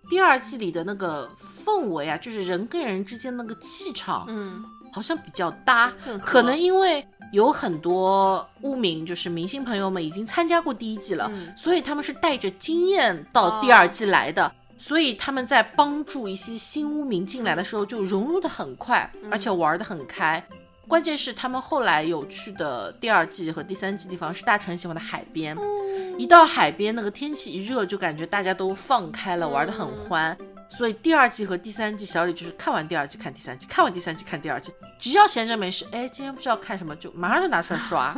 第二季里的那个氛围啊，就是人跟人之间那个气场嗯，好像比较搭，更合可能因为有很多污名，就是明星朋友们已经参加过第一季了，嗯所以他们是带着经验到第二季来的。所以他们在帮助一些新污民进来的时候，就融入的很快，而且玩的很开。关键是他们后来有去的第二季和第三季地方是大成喜欢的海边，一到海边那个天气一热，就感觉大家都放开了，玩的很欢。所以第二季和第三季，小李就是看完第二季看第三季，看完第三季看第二季，只要闲着没事，哎，今天不知道看什么，就马上就拿出来刷。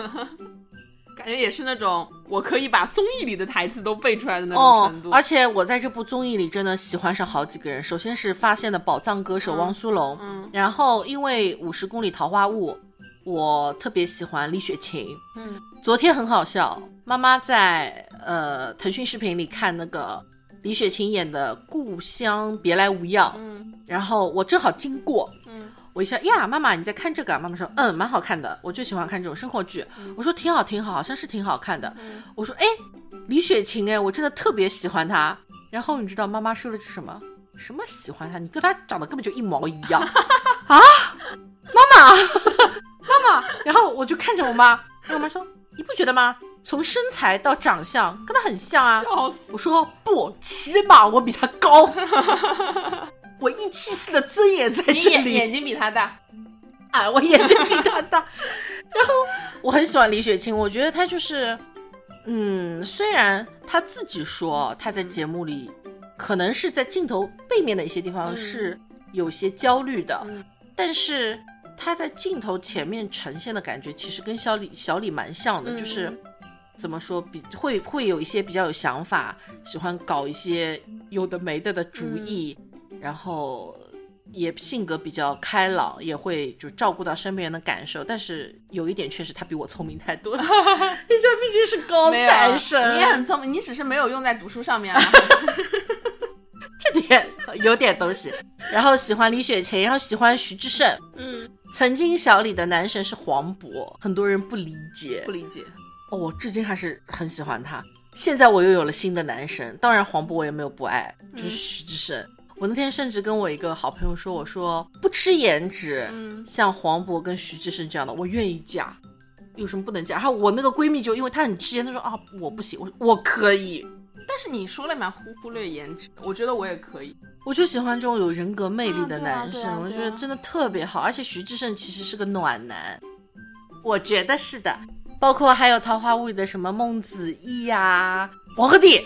感觉也是那种我可以把综艺里的台词都背出来的那种哦程度。，而且我在这部综艺里真的喜欢上好几个人。首先是发现的宝藏歌手汪苏泷，嗯然后因为《五十公里桃花坞》，我特别喜欢李雪琴。嗯，昨天很好笑，妈妈在呃腾讯视频里看那个李雪琴演的《故乡别来无恙》，嗯然后我正好经过，嗯，我一下呀，妈妈你在看这个啊？妈妈说，嗯，蛮好看的，我就喜欢看这种生活剧。我说挺好，挺好，好像是挺好看的。嗯我说，哎，李雪琴，哎，我真的特别喜欢她。然后你知道妈妈说了句什么？什么喜欢她？你跟她长得根本就一毛一 样啊！妈妈，妈妈。然后我就看着我妈，然后我妈说，你不觉得吗？从身材到长相跟她很像啊。笑死！我说不，起码我比她高。我一七四的尊严在你哎这眼里，眼睛比他大，啊，我眼睛比他大。 然后我很喜欢李雪琴，我觉得她就是，嗯，虽然她自己说她在节目里，可能是在镜头背面的一些地方嗯是有些焦虑的，嗯但是她在镜头前面呈现的感觉，其实跟小李小李蛮像的，嗯就是。怎么说比会会有一些比较有想嗯法，喜欢搞一些有的没的的主意，然后也性格比较开朗，也会就照顾到身边人的感受。但是有一点确实，他比我聪明太多 了，人家毕竟是高没有材生，你也很聪明，你只是没有用在读书上面啊。这点有点东西。然后喜欢李雪琴，然后喜欢徐志胜。嗯，曾经小李的男神是黄渤，很多人不理解 不。理解，哦，我至今还是很喜欢他。现在我又有了新的男神，当然黄渤我也没有不爱，嗯就是徐志胜。我那天甚至跟我一个好朋友说，我说不吃颜值，嗯像黄渤跟徐志胜这样的，我愿意嫁，有什么不能嫁？然后我那个闺蜜就因为她很直言，她说啊我不行，我说我可以，但是你说了嘛，忽忽略颜值，我觉得我也可以。我就喜欢这种有人格魅力的啊男对生，啊对啊我对觉啊得真的特别好。而且徐志胜其实是个暖男，我觉得是的。包括还有《桃花坞》里的什么孟子义呀、啊黄鹤 棣、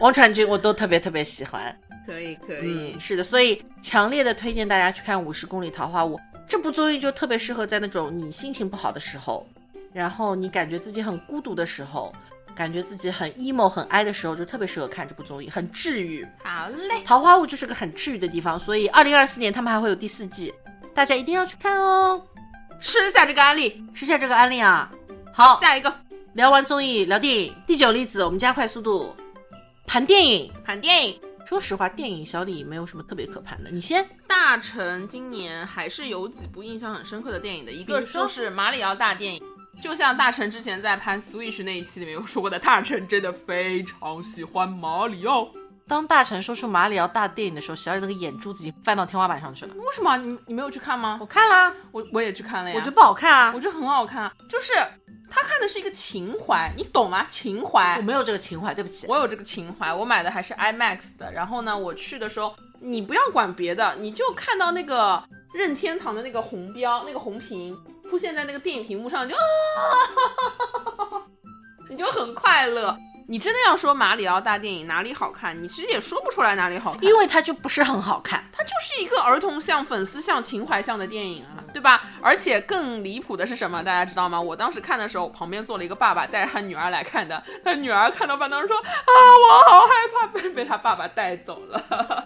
王传君，我都特别特别喜欢。可以可嗯，是的，所以强烈的推荐大家去看《五十公里桃花坞》这部综艺，就特别适合在那种你心情不好的时候，然后你感觉自己很孤独的时候，感觉自己很 emo 很哀的时候，就特别适合看这部综艺，很治愈。好嘞，桃花坞就是个很治愈的地方，所以二零二四年他们还会有第四季，大家一定要去看哦。吃下这个案例，吃下这个安利啊！好，下一个聊完综艺聊电影，第九粒子我们加快速度盘电影。喊电影。说实话，电影小李没有什么特别可盘的，你先。大成今年还是有几部印象很深刻的电影的，一个比如说就是马里奥大电影。就像大成之前在盘 Switch 那一期里面有说过的，大成真的非常喜欢马里奥。当大臣说出马里奥大电影的时候，小李那个眼珠子已经翻到天花板上去了。为什么啊你你没有去看吗我？看啦，我我也去看了呀，我觉得不好看啊我，觉得很好看啊，就是他看的是一个情怀，你懂吗？情怀我，没有这个情怀，对不起。我有这个情怀，我买的还是 IMAX 的。然后呢，我去的时候，你不要管别的，你就看到那个任天堂的那个红标、那个红屏出现在那个电影屏幕上，你就啊，啊 你就很快乐。你真的要说马里奥大电影哪里好看，你其实也说不出来哪里好看，因为它就不是很好看，它就是一个儿童向、粉丝向、情怀向的电影啊，对吧？而且更离谱的是什么？大家知道吗？我当时看的时候，旁边坐了一个爸爸带着他女儿来看的，他女儿看到半当时说：“啊，我好害怕被被他爸爸带走了。”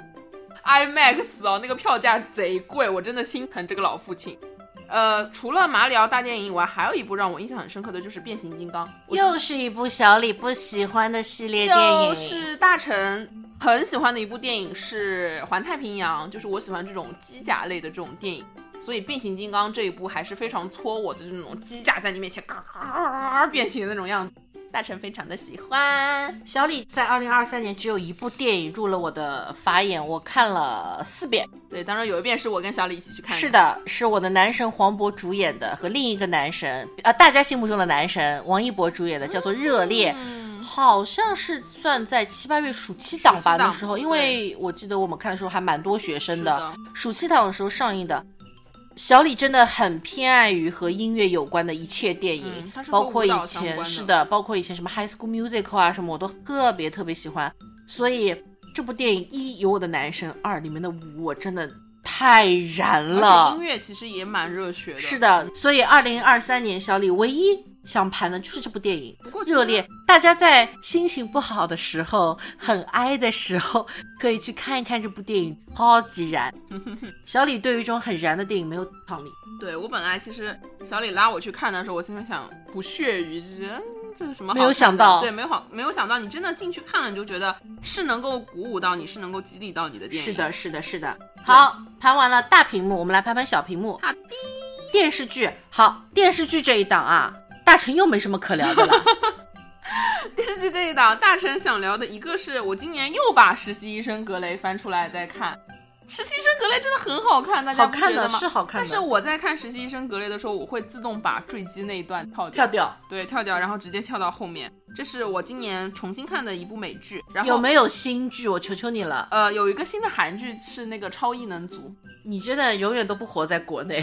IMAX 哦，那个票价贼贵，我真的心疼这个老父亲。呃，除了马里奥大电影以外，还有一部让我印象很深刻的就是《变形金刚》，我又是一部小李不喜欢的系列电影。就是大成很喜欢的一部电影是《环太平洋》，就是我喜欢这种机甲类的这种电影，所以《变形金刚》这一部还是非常戳我的，就是那种机甲在你面前嘎嘎变形的那种样子，大成非常的喜欢。小李在二零二三年只有一部电影入了我的法眼，我看了四遍。对，当然有一遍是我跟小李一起去看，是，的，是我的男神黄渤主演的，和另一个男神，呃，大家心目中的男神王一博主演的，叫做《热烈》。嗯，好像是算在七八月暑期档吧，暑期档那时候，因为我记得我们看的时候还蛮多学生的，是的暑期档的时候上映的。小李真的很偏爱于和音乐有关的一切电影，嗯他是和包括舞以蹈相前关的是的，包括以前什么《High School Musical》啊什么，我都特别特别喜欢。所以这部电影一有我的男神，二里面的舞我真的太燃而且了音，乐其实也蛮热血的，是，的。所以二零二三年小李唯一想盘的就是这部电影，不过其实热烈，大家在心情不好的时候、很哀的时候，可以去看一看这部电影，超级 燃。小李对于这种很燃的电影没有抵抗力，对我本来其实小李拉我去看的时候，我心里想不屑于，就是嗯这是什么好看的？没有想到对，没有好，没有想到你真的进去看了，你就觉得是能够鼓舞到你，是能够激励到你的电影。是的，，是的，是的。好，盘完了大屏幕，我们来盘盘小屏幕。好的电视剧，好，电视剧这一档啊，大成又没什么可聊的了。 电视剧这一档，大成想聊的一个是我今年又把《实习医生格雷》翻出来再看，《实习医生格雷》真的很好 看，大家好不看觉的得吗？是好看但的，是我在看《实习医生格雷》的时候，我会自动把坠机那一段跳掉，跳掉。对，跳掉，然后直接跳到后面。这是我今年重新看的一部美剧，然后有没有新剧？我求求你了，呃，有一个新的韩剧是那个《超异能族你真的永远都不活在国 内。》，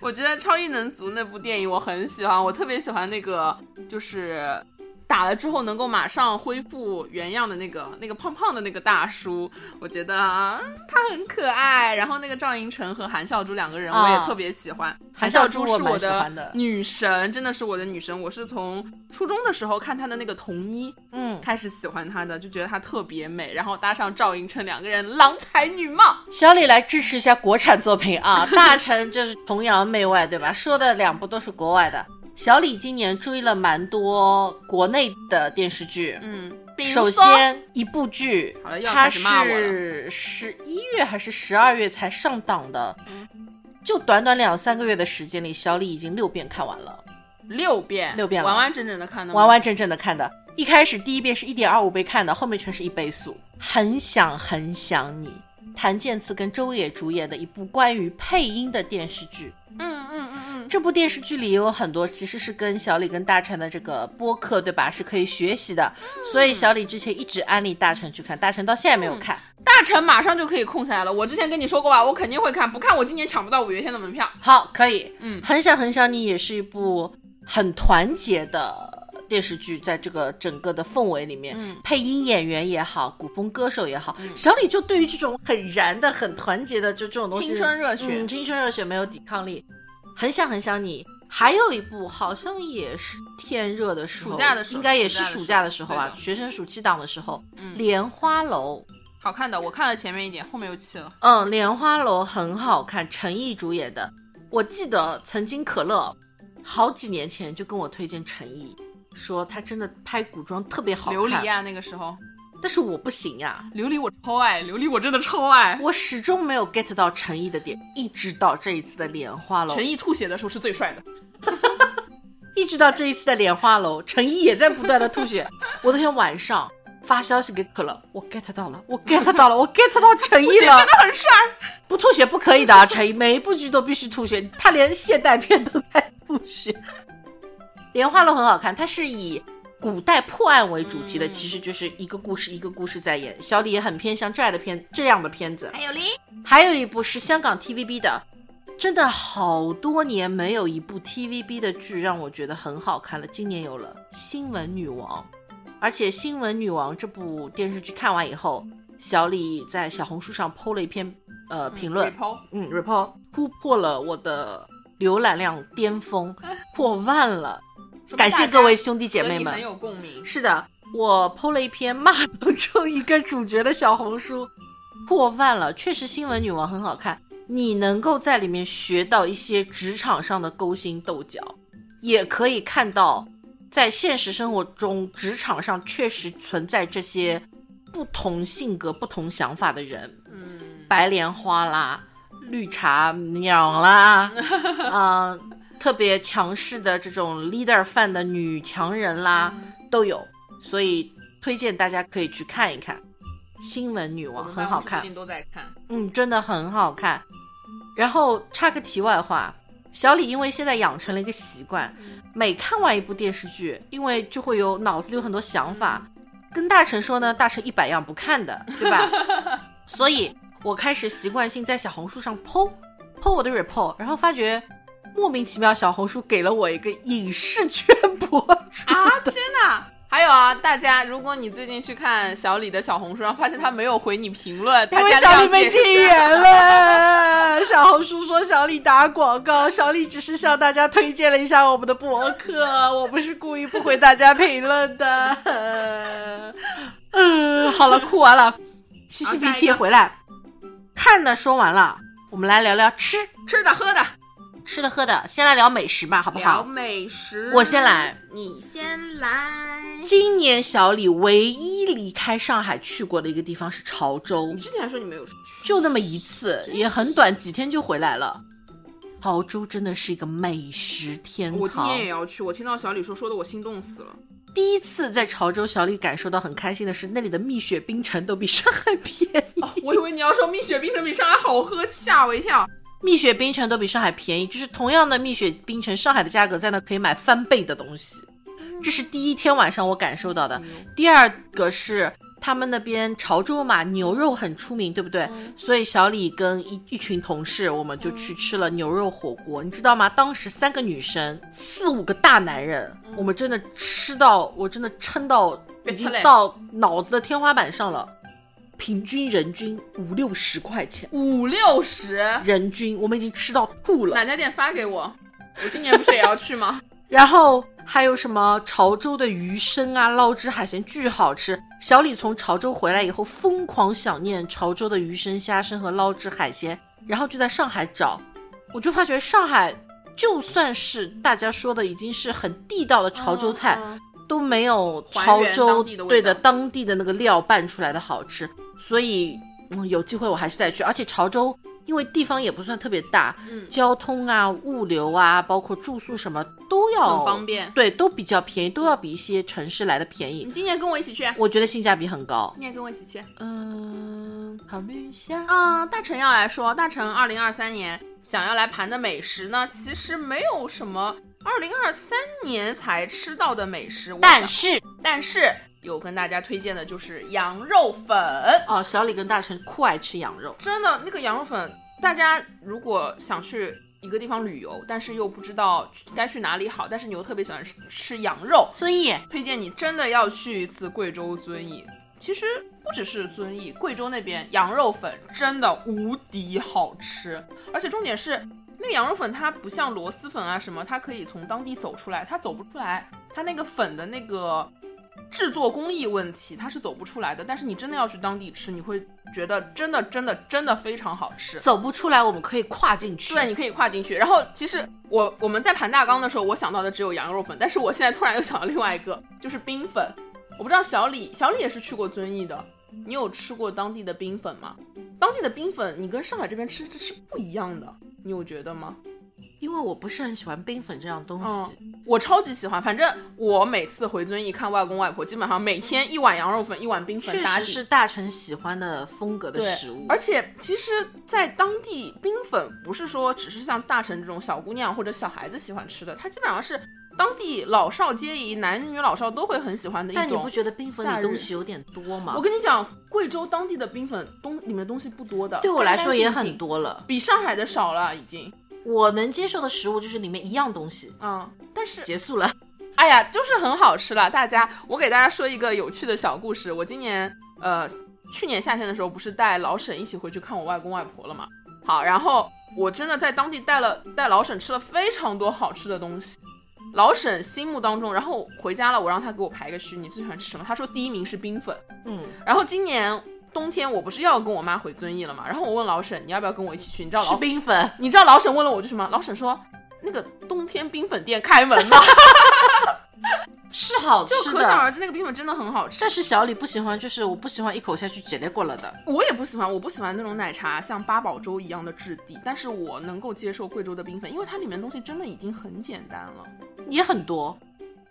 我觉得《超异能族》那部电影我很喜欢，我特别喜欢那个就是打了之后能够马上恢复原样的那个那个胖胖的那个大叔，我觉得啊他很可爱。然后那个赵寅成和韩孝珠两个人，啊我也特别喜欢。韩韩孝孝珠珠我是蛮我喜欢的女神，真的是我的女神。我是从初中的时候看她的那个童一嗯，开始喜欢她的，就觉得她特别美。然后搭上赵寅成两个人郎才女貌，小李来支持一下国产作品啊！ 大成就是崇洋媚外，对吧？说的两部都是国外的。小李今年追了蛮多国内的电视剧，嗯，比如首说先一部剧好了，又要它开始骂我了是十一月还是十二月才上档的，嗯就短短两三个月的时间里，小李已经六遍看完了，六遍，六遍了完完整整的看的，完完整整的看的。一开始第一遍是一点二五倍看的，后面全是一倍速。很想很想你，谭健次跟周也主演的一部关于配音的电视剧。嗯嗯嗯嗯，这部电视剧里也有很多其实是跟小李跟大成的这个播客对吧是可以学习的，所以小李之前一直安利大成去看，大成到现在没有看。大臣马上就可以空下来了。我之前跟你说过吧，我肯定会看，不看我今年抢不到五月天的门票。好，可以，嗯很想很想你也是一部很团结的电视剧，在这个整个的氛围里面，嗯配音演员也好，古风歌手也好，小李就对于这种很燃的、很团结的就这种东西，青春热血嗯青春热血没有抵抗力，很想很想你。还有一部好像也是天热的时候，暑假的时候应该也是暑假的时候啊暑假，的学生暑期档的时候，嗯莲花楼》好看的，我看了前面一点，后面又弃了。嗯，《莲花楼》很好看，陈毅主演的。我记得曾经可乐好几年前就跟我推荐陈毅，说他真的拍古装特别好看。琉璃啊呀、那个时候，但是我不行呀、琉璃我超爱，琉璃我真的超爱。我始终没有 get 到陈毅的点，一直到这一次的《莲花楼》，陈毅吐血的时候是最帅的，一直到这一次的《莲花楼》，陈毅也在不断的吐血。我那天晚上发消息给可乐，我 get 到了，我 get 到了，我 get 到陈毅了，真的很帅。不吐血不可以的啊！陈毅每一部剧都必须吐血，他连现代片都在吐血。莲花楼很好看，它是以古代破案为主题的，嗯其实就是一个故事一个故事在演。小李也很偏向这样的片这样的片子。还有林，还有一部是香港 TVB 的，真的好多年没有一部 TVB 的剧让我觉得很好看了，今年有了《新闻女王》，而且《新闻女王》这部电视剧看完以后，小李在小红书上 PO 了一篇呃评论， repo 嗯 r e p o r t 突破了我的浏览量巅峰，破万了，说明感谢大家各位兄弟姐跟妹你们很。有共鸣。是的，我 PO 了一篇骂到中一个主角的小红书，破万了。确实，新闻女王很好看，你能够在里面学到一些职场上的勾心斗角，也可以看到在现实生活中职场上确实存在这些不同性格、不同想法的人，嗯，白莲花啦、绿茶婊 啦，嗯、特别强势的这种 leader 范的女强人啦。嗯都有，所以推荐大家可以去看一看。新闻女我王们很办好公室最看，近都在看。嗯，真的很好看。然后插个题外话，小李因为现在养成了一个习惯，每看完一部电视剧，因为就会有脑子里有很多想法。跟大成说呢，大成一百样不看的，对吧？所以我开始习惯性在小红书上剖剖我的 report，然后发觉莫名其妙小红书给了我一个影视圈博主啊，真的啊。还有啊，大家，如果你最近去看小李的小红书上，发现他没有回你评 论， 因为大家小李谅被解禁言了， 小红书说小李打广告，小李只是向大家推荐了一下我们的博客，我不是故意不回大家评论的。 嗯，好了，哭完 了，吸吸鼻涕回来。看的说完了，我们来聊聊吃吃的喝的，吃的喝的，先来聊美食吧，好不聊好？美食，我先来，你先来。今年小李唯一离开上海去过的一个地方是潮州，你之前还说你没有去，就那么一次，也很短，几天就回来了。潮州真的是一个美食天我今堂年。也要去。我听到小李说，说的我心动死了。第一次在潮州，小李感受到很开心的是，那里的蜜雪冰城都比上海便宜。我以为你要说蜜雪冰城比上海好喝，吓我一跳。 蜜雪冰城都比上海便宜，就是同样的蜜雪冰城，上海的价格在那可以买嗯翻倍的东西。这是第一天晚上我感受到的。第二个是他们那边潮州嘛，牛肉很出名，对不嗯对？所以小李跟一一群同事，我们就去吃了牛肉火锅，你知道吗？当时三个女生，四五个大男人，我们真的吃到，我真的撑到被已经吃嘞到脑子的天花板上了，平均人均五六十块钱，五六十，人均我们已经吃到吐了。哪家店发给我？我今年不是也要去 吗？然后还有什么潮州的鱼生啊、捞汁海鲜巨好吃。小李从潮州回来以后，疯狂想念潮州的鱼生、虾生和捞汁海鲜，然后就在上海找，我就发觉上海就算是大家说的已经是很地道的潮州菜，嗯都没有还潮原州当地的味对的道当地的那个料拌出来的好吃，所以、嗯、有机会我还是再去。而且潮州因为地方也不算特别大，嗯交通啊、物流啊，包括住宿什么都要很方，便。对，都比较便宜，都要比一些城市来的便宜你。今年跟我一起去，啊我觉得性价比很高。今年跟我一起去。呃嗯，考虑一下。嗯，大陈要来说，大陈二零二三年想要来盘的美食呢，其实没有什么二零二三年才吃到的美食，我但想是但是有跟大家推荐的就是羊肉粉，哦，小李跟大成酷爱吃羊肉，真的那个羊肉粉，大家如果想去。一个地方旅游，但是又不知道该去哪里好，但是你又特别喜欢吃吃羊肉，遵义推荐你真的要去一次贵州遵义。其实不只是遵义，贵州那边羊肉粉真的无敌好吃，而且重点是那个羊肉粉它不像螺蛳粉啊什么，它可以从当地走出来，它走不出来，它那个粉的那个制作工艺问题它是走不出来的。但是你真的要去当地吃，你会觉得真的真的真的非常好吃。走不出来，我们可以跨进去。对，你可以跨进去。然后其实我我们在盘大纲的时候，我想到的只有羊肉粉，但是我现在突然又想到另外一个，就是冰粉。我不知道小李，小李也是去过遵义的，你有吃过当地的冰粉吗？当地的冰粉，你跟上海这边吃这是不一样的，你有觉得吗？因为我不是很喜欢冰粉这样东西。我超级喜欢，反正我每次回遵义看外公外婆，基本上每天一碗羊肉粉，一碗冰粉确打实底，是大成喜欢的风格的对食物，而且其实，在当地冰粉不是说只是像大城这种小姑娘或者小孩子喜欢吃的，它基本上是当地老少皆宜，男女老少都会很喜欢的一但你种不。觉得冰粉夏里日东西有点多吗我？跟你讲，贵州当地的冰粉东里面东西不多的，对我来说也干干很净净，多了。比上海的少了已经。我能接受的食物就是里面一样东西。嗯，但是结束了，哎呀，就是很好吃了。大家，我给大家说一个有趣的小故事。我今年呃，去年夏天的时候，不是带老沈一起回去看我外公外婆了嘛？好，然后我真的在当地带了带老沈吃了非常多好吃的东西。老沈心目当中，然后回家了，我让他给我排个序，你最喜欢吃什么？他说第一名是冰粉。嗯，然后今年冬天我不是又要跟我妈回遵义了嘛？然后我问老沈你要不要跟我一起去？你知道老吃冰粉，你知道老沈问了我句什么？老沈说那个冬天冰粉店开门吗？是好吃就的，可想而知，那个冰粉真的很好吃。但是小李不喜欢，就是我不喜欢一口下去解裂过了的。我也不喜欢，我不喜欢那种奶茶像八宝粥一样的质地，但是我能够接受贵州的冰粉，因为它里面东西真的已经很简单了，也很多，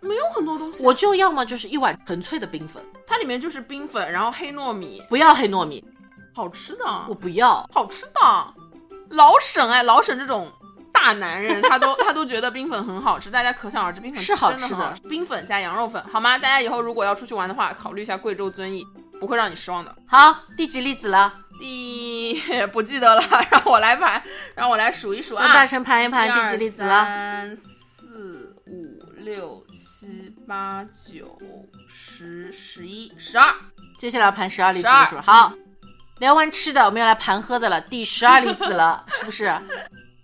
没有很多东西啊。我就要么就是一碗纯粹的冰粉，它里面就是冰粉，然后黑糯米，不要黑糯米，好吃的，我不要。好吃的。老沈哎，老沈这种大男人，他 都他都觉得冰粉很好吃，大家可想而知，冰粉是好真的吃的很好吃冰粉加羊肉粉，好吗？大家以后如果要出去玩的话，考虑一下贵州遵义，不会让你失望的。好，第几粒子了？第 不记得了，让我来盘，让我来数一数啊。让大神盘一一盘二第几粒子啊了？三四五六七八九十十一十二，接下来要盘十二粒子12了，是不是？好，聊完吃的，我们要来盘喝的了，第十二粒子 了，是不是？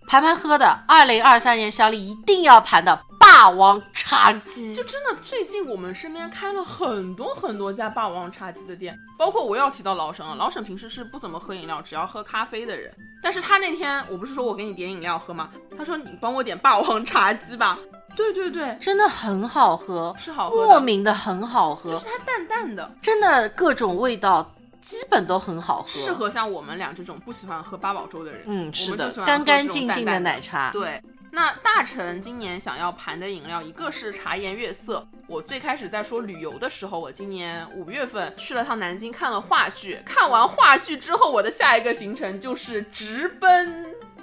盘盘喝的，二零二三年小李一定要盘的霸王茶鸡就，真的最近我们身边开了很多很多家霸王茶鸡的店，包括我又要提到老沈了。老沈平时是不怎么喝饮料，只要喝咖啡的人，但是他那天我不是说我给你点饮料喝吗？他说你帮我点霸王茶鸡吧。对对对，真的很好喝，是好喝莫的，名的很好就喝是，它淡淡的，真的各种味道基本都很好喝，适合像我们俩这种不喜欢喝八宝粥的人。嗯，是我们的就喜，欢干喝这干种净淡净淡的奶茶。对，那大成今年想要盘的饮料，一个是茶颜悦色。我最开始在说旅游的时候，我今年五月份去了趟南京，看了话剧。看完话剧之后，我的下一个行程就是直奔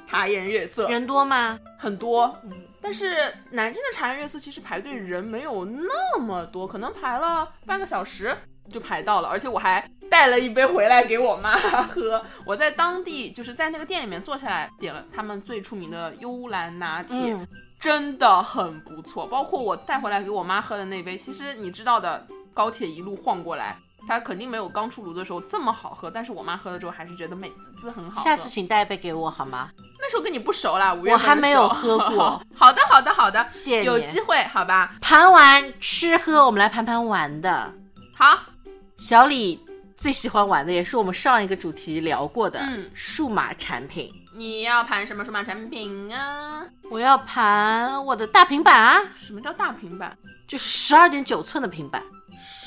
茶颜悦色，人多吗？很多。嗯但是南京的茶颜悦色其实排队人没有那么多，可能排了半个小时。就排到了，而且我还带了一杯回来给我 妈喝。我在当地就是在那个店里面坐下来，点了他们最出名的幽兰拿铁，嗯，真的很不错。包括我带回来给我妈喝的那杯，其实你知道的，高铁一路晃过来，它肯定没有刚出炉的时候这么好喝。但是我妈喝了之后还是觉得美滋滋很好喝。下次请带一杯给我好吗？那时候跟你不熟啦，五月份我还的时没有喝候 过。好的，好的，好的，谢谢你有机会好吧？盘完吃喝，我们来盘盘玩的。好，小李最喜欢玩的，也是我们上一个主题聊过的，嗯数码产品。你要盘什么数码产品啊？我要盘我的大平板啊，什么叫大平板？就十二点九寸的平板，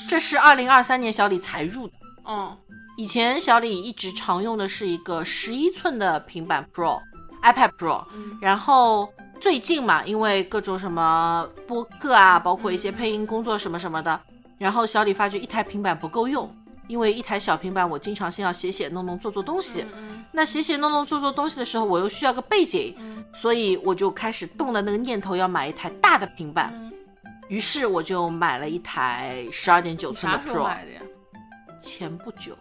这是二零二三年小李才入的。嗯，以前小李一直常用的是一个十一寸的平板 Pro、iPad Pro，嗯然后最近嘛，因为各种什么播客啊，包括一些配音工作什么什么的，然后小李发觉一台平板不够用，因为一台小平板我经常性要写写弄弄做做东西，嗯那写写弄弄做做东西的时候，我又需要个背景，嗯所以我就开始动了那个念头要买一台大的平板，嗯，于是我就买了一台十二点九你寸的啥时候 Pro。买的呀？前不久，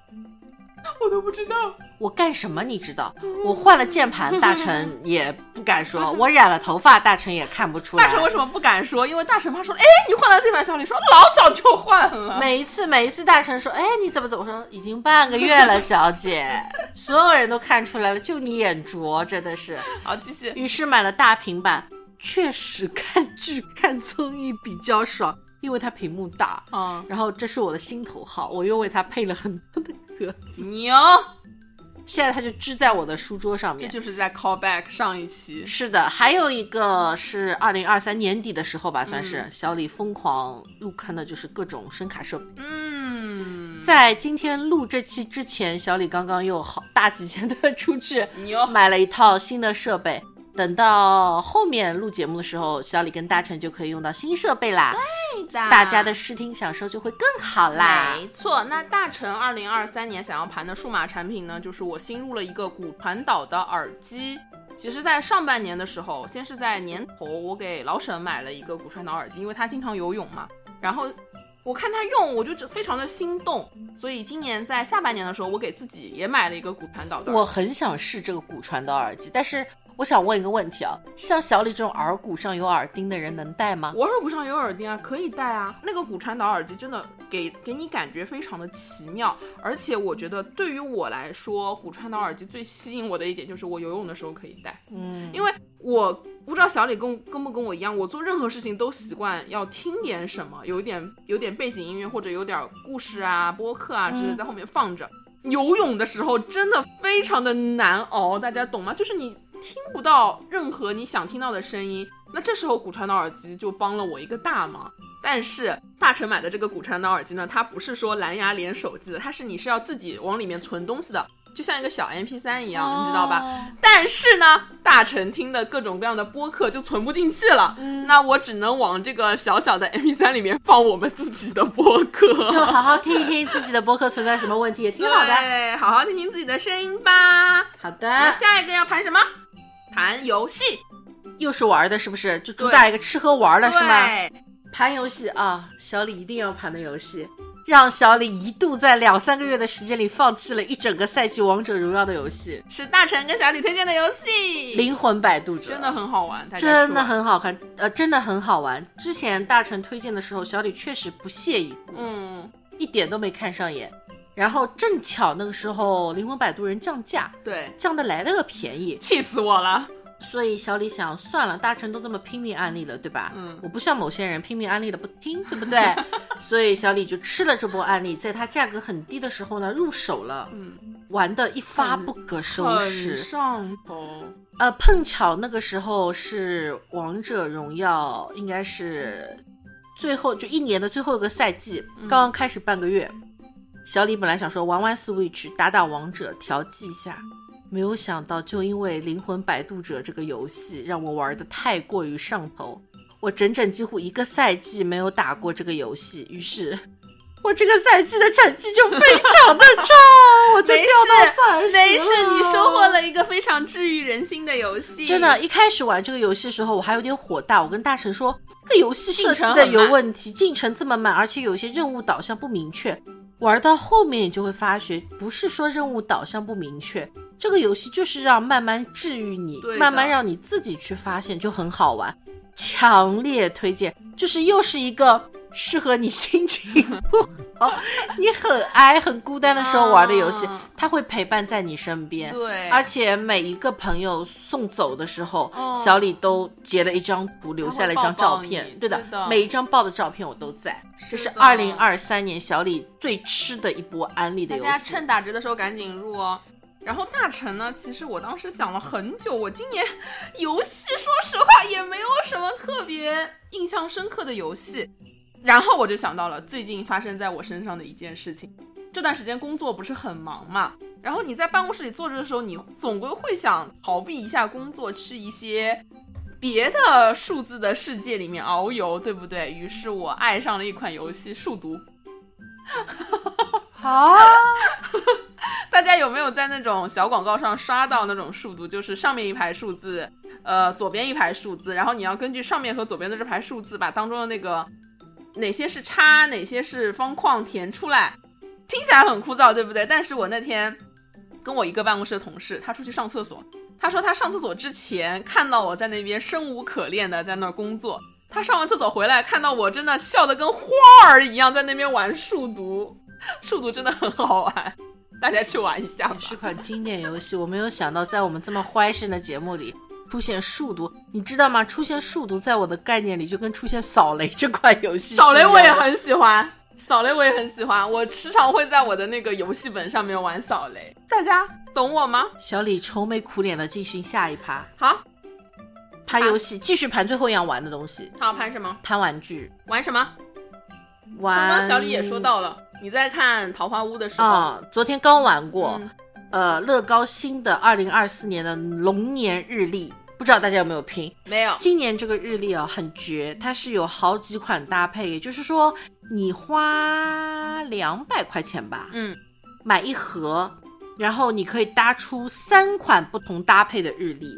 我都不知道。我干什么你知道？我换了键盘，大 成也不敢说；我染了头发，大成也看不出来。大神为什么不敢说？因为大神怕说，哎，你换了这版小李，说老早就换了。每一次每一次大成说：“哎，你怎么走？”我说：“已经半个月了，小 姐。”所有人都看出来了，就你眼拙，真的 是。好，继续。于是买了大平板，确实看剧看综艺比较爽，因为它屏幕大。嗯，然后这是我的心头好，我又为它配了很多的歌。牛，现在它就支在我的书桌上哦这面。就是在 callback 上一期。是的，还有一个是二零二三年底的时候吧，算是、小李疯狂入坑的，就是各种声卡设备。嗯，在今天录这期之前，小李刚刚又好大几千的出去牛，买了一套新的设备。等到后面录节目的时候，小李跟大成就可以用到新设备啦，大家的视听享受就会更好啦。没错，那大成二零二三年想要盘的数码产品呢，就是我新入了一个骨传导的耳机。其实，在上半年的时候，先是在年头，我给老沈买了一个骨传导耳机，因为他经常游泳嘛。然后我看他用，我就非常的心动，所以今年在下半年的时候，我给自己也买了一个骨传导的耳我机。很想试这个骨传导耳机，但是我想问一个问题啊，像小李这种耳骨上有耳钉的人能戴吗？我耳骨上有耳钉啊，可以戴啊。那个骨传导耳机真的给给你感觉非常的奇妙，而且我觉得对于我来说，骨传导耳机最吸引我的一点就是我游泳的时候可以戴，嗯，因为我不知道小李跟跟不跟我一样，我做任何事情都习惯要听点什么，有一点有点背景音乐或者有点故事啊、播客啊之类的在后面放着。游泳的时候真的非常的难熬，大家懂吗？就是你听不到任何你想听到的声音，那这时候骨传导耳机就帮了我一个大忙。但是大成买的这个骨传导耳机呢，它不是说蓝牙连手机的，它是你是要自己往里面存东西的，就像一个小 MP 3一样，你知道吧？吧？但是呢，大成听的各种各样的播客就存不进去了，那我只能往这个小小的 MP3 里面放我们自己的 播就客。好好听一听自己的播客存在什么问题，也挺好的。对，好啊好听听自己的声音吧。好那的，下一个要盘什么？盘游戏，又是玩的，是不是？就主打一个吃喝玩了，是吗？对？盘游戏啊，小李一定要盘的游戏，让小李一度在两三个月的时间里放弃了一整个赛季王者荣耀的游 戏，是大成跟小李推荐的游戏， 《灵魂摆渡者》真的很好玩，大家去玩真的很好看，呃，真的很好玩。之前大成推荐的时候，小李确实不屑一顾，嗯，一点都没看上眼。然后正巧那个时候《灵魂摆渡人》降价，对，降的来的个便宜，气死我了。所以小李想，算了，大成都这么拼命安利了，对吧？嗯我不像某些人拼命安利了不听，对不 对？所以小李就吃了这波案例，在它价格很低的时候呢入手了，嗯，玩的一发不可收很拾。上头，呃，碰巧那个时候是王者荣耀，应该是最后就一年的最后一个赛季，嗯刚刚开始半个月。小李本来想说玩玩 Switch 打打王者调剂一下，没有想到就因为《灵魂摆渡者》这个游戏让我玩的太过于上头，我整整几乎一个赛季没有打过这个游戏，于是我这个赛季的成绩就非常的 差，我就没掉到暂事时没事，你收获了。了一个非常治愈人心的游戏，真的，一开始玩这个游戏的时候，我还有点火大，我跟大神说，这个游戏设计进程的很慢有问题，进程这么慢，而且有一些任务导向不明确。玩到后面，你就会发觉，不是说任务导向不明确，这个游戏就是让慢慢治愈你对，的慢慢让你自己去发现，就很好玩。强烈推荐，就是又是一个适合你心情不好、你很哀、很孤单的时候玩的游戏啊，它会陪伴在你身边。对，而且每一个朋友送走的时候，哦小李都截了一张图，留下了一张照片抱抱。你对的，对的每一张抱的照片我都在。这是是的二零二三年小李最吃的一波安利的大游家戏。趁打折的时候赶紧入哦。然后大臣呢，其实我当时想了很久，我今年 游戏说实话也没有什么特别印象深刻的游戏，然后我就想到了最近发生在我身上的一件事情。这段时间工作不是很忙嘛，然后你在办公室里坐着的时候，你总归会想逃避一下工作，去一些别的数字的世界里面遨游，对不对？于是我爱上了一款游戏《数独好，大家有没有在那种小广告上刷到那种数独，就是上面一排数字，呃，左边一排数字，然后你要根据上面和左边的这排数字，把当中的那个哪些是叉，哪些是方框填出来。听起来很枯燥，对不对？但是我那天跟我一个办公室的同事，他出去上厕所，他说他上厕所之前看到我在那边生无可恋的在那儿工作，他上完厕所回来看到我真的笑得跟花儿一样在那边玩数独，数独真的很好玩，大家去玩一下吧也。是款经典游戏。我没有想到，在我们这么欢声的节目里出现数独，你知道吗？出现数独在我的概念里就跟出现扫雷这款游戏是一样扫的。雷我也很喜欢，扫雷我也很喜欢，我时常会在我的那个游戏本上面玩扫雷，大家懂我吗？小李愁眉苦脸的进行下一趴，好，盘游戏继续盘最后一样玩的东西，他要盘什么？盘玩具。玩什么？刚玩，刚小李也说到了，你在看《桃花坞》的时候，啊、昨天刚玩过，嗯呃，乐高新的二零二四年的龙年日历，不知道大家有没有拼？没有，今年这个日历啊、很绝，它是有好几款搭配，也就是说你花两百块钱吧，嗯，买一盒，然后你可以搭出三款不同搭配的日历。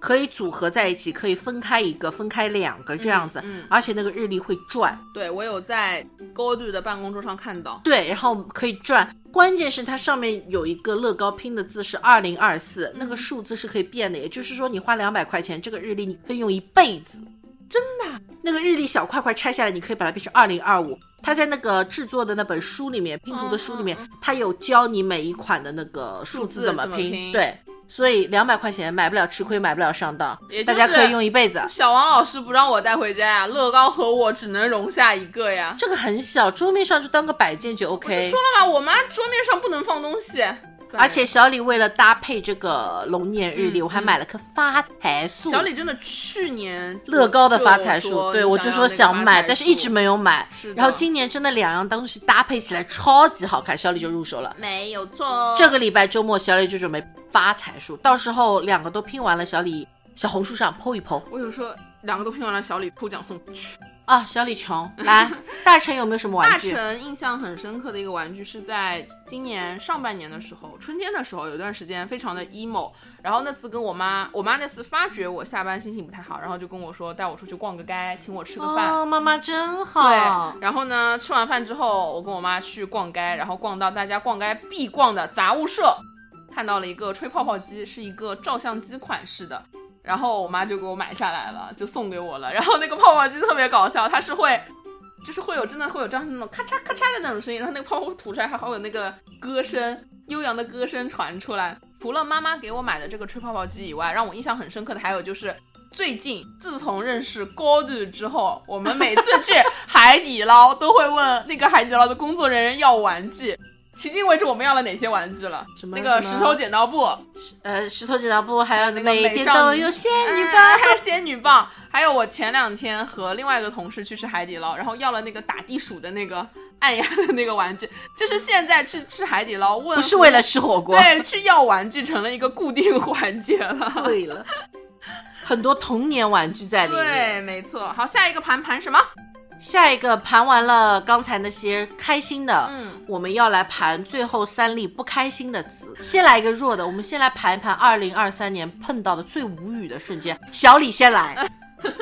可以组合在一起，可以分开一个，分开两个这样子，嗯嗯而且那个日历会转，对我有在 Gold 的办公桌上看到，对，然后可以转。关键是它上面有一个乐高拼的字是二零二四，那个嗯数字是可以变的，也就是说你花两百块钱，这个日历你可以用一辈子，啊真的。那个日历小块块拆下来，你可以把它变成二零二五。它在那个制作的那本书里面，拼图的书里面嗯嗯，它有教你每一款的那个数数字字怎么怎么拼对，所以两百块钱买不了吃亏，买不了上当，也大就是家可以用一辈子。小王老师不让我带回家呀，乐高和我只能容下一个呀。这个很小，桌面上就当个摆件就 OK。我是说了吗？我妈桌面上不能放东西，而且小李为了搭配这个龙年日历，嗯我还买了棵发财树。小李真的去年乐高的发财树，对我就说想买，但是一直没。没有买是。的然后今年真的两样东西搭配起来超级好看，小李就入手了。没有错这个礼拜周末，小李就准备发财树，到时候两个都拼完了，小李小红书上剖一剖我有说两个都拼完了，小李抽奖送出去。啊。小李 穷，来大成有没有什么大玩具？成印象很深刻的一个玩具是在今年上半年的时候，春天的时候，有段时间非常的 emo。然后那次跟我妈，我妈那次发觉我下班心情不太好，然后就跟我说带我出去逛个街，请我吃个饭。哦，妈妈真好对，。然后呢，吃完饭之后，我跟我妈去逛街，然后逛到大家逛街必逛的杂物社，看到了一个吹泡泡机，是一个照相机款式的，然后我妈就给我买下来了，就送给我了。然后那个泡泡机特别搞笑，它是会。 就是会有真的会有这样那种咔嚓咔嚓的那种声音，然后那个泡泡会吐出来，还会有那个歌声，悠扬的歌声传出来。除了妈妈给我买的这个吹泡泡机以外，让我印象很深刻的还有就是最近自从认识 Gold 之后，我们每次去海底捞都会问那个海底捞的工作人员要玩具。 迄今为止，我们要了哪些玩具了？什么那个什石么头剪刀布，呃，石头剪刀布，还有那个每美天少都女有仙女哎棒。还有仙女棒，还有我前两天和另外一个同事去吃海底捞，然后要了那个打地鼠的那个按压的那个玩具，就是现在去吃海底捞问不是为了吃火锅，对去要玩具成了一个固定环节了。醉了，很多童年玩具在里面。对，没错。好，下一个盘盘什么？下一个盘完了刚才那些开心的，嗯，我们要来盘最后三粒不开心的词。先来一个弱的，我们先来盘一盘二零二三年碰到的最无语的瞬 间。小李先来，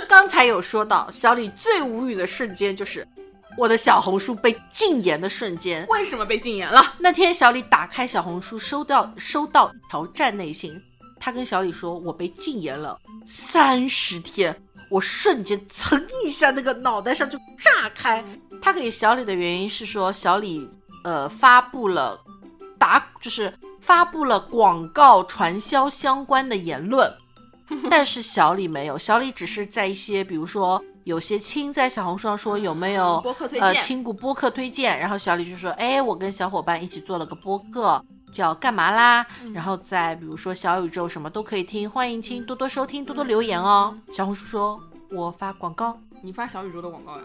刚才有说到，小李最无语的瞬间就是我的小红书被禁言的瞬间。为什么被禁言了？那天小李打开小红书，收到收到一条站内信，他跟小李说：“我被禁言了三十天。”我瞬间噌一下，那个脑袋上就炸开。他给小李的原因是说，小李呃发布了打就是发布了广告传销相关的言论， 但是小李没有，小李只是在一些比如说有些亲在小红书上说有没有播客推呃荐亲骨播客推荐，然后小李就说，哎，我跟小伙伴一起做了个播客。叫干嘛啦？嗯然后再比如说小宇宙什么都可以听，欢迎亲多多收听，多嗯多留言哦。小红书说我发广告，你发小宇宙的广告呀？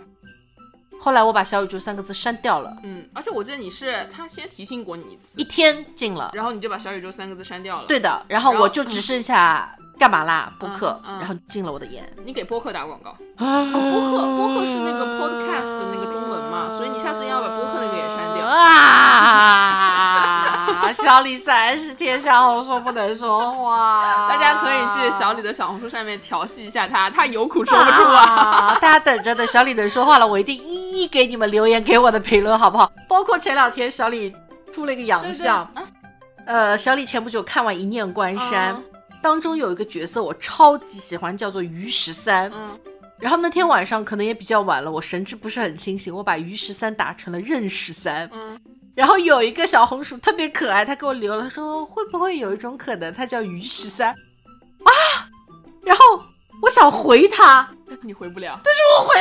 后来我把小宇宙三个字删掉了，嗯，而且我记得你是他先提醒过你一次一，天进了。然后你就把小宇宙三个字删掉了。对，的，然后然后嗯我就只剩下干嘛啦播客，嗯嗯然后进了我的眼。你给播客打广告。哦，播客播客是那啊个 podcast 的那个中文嘛所以你下次要把播客那个也删掉啊！小李三十天小红说不能说话，大家可以去小李的小红书上面调戏一下他，他有苦说说不出啊。啊！大家等着，等小李能说话了，我一定一一给你们留言，给我的评论好不好？包括前两天小李出了一个洋相，啊呃，小李前不久看完《一念关山》嗯当中有一个角色我超级喜欢，叫做于十三。嗯然后那天晚上可能也比较晚了，我神志不是很清醒，我把于十三打成了任十三。嗯，然后有一个小红薯特别可爱，它给我留了，它说会不会有一种可能，它叫于十三啊？然后我想回他，你回不了。我回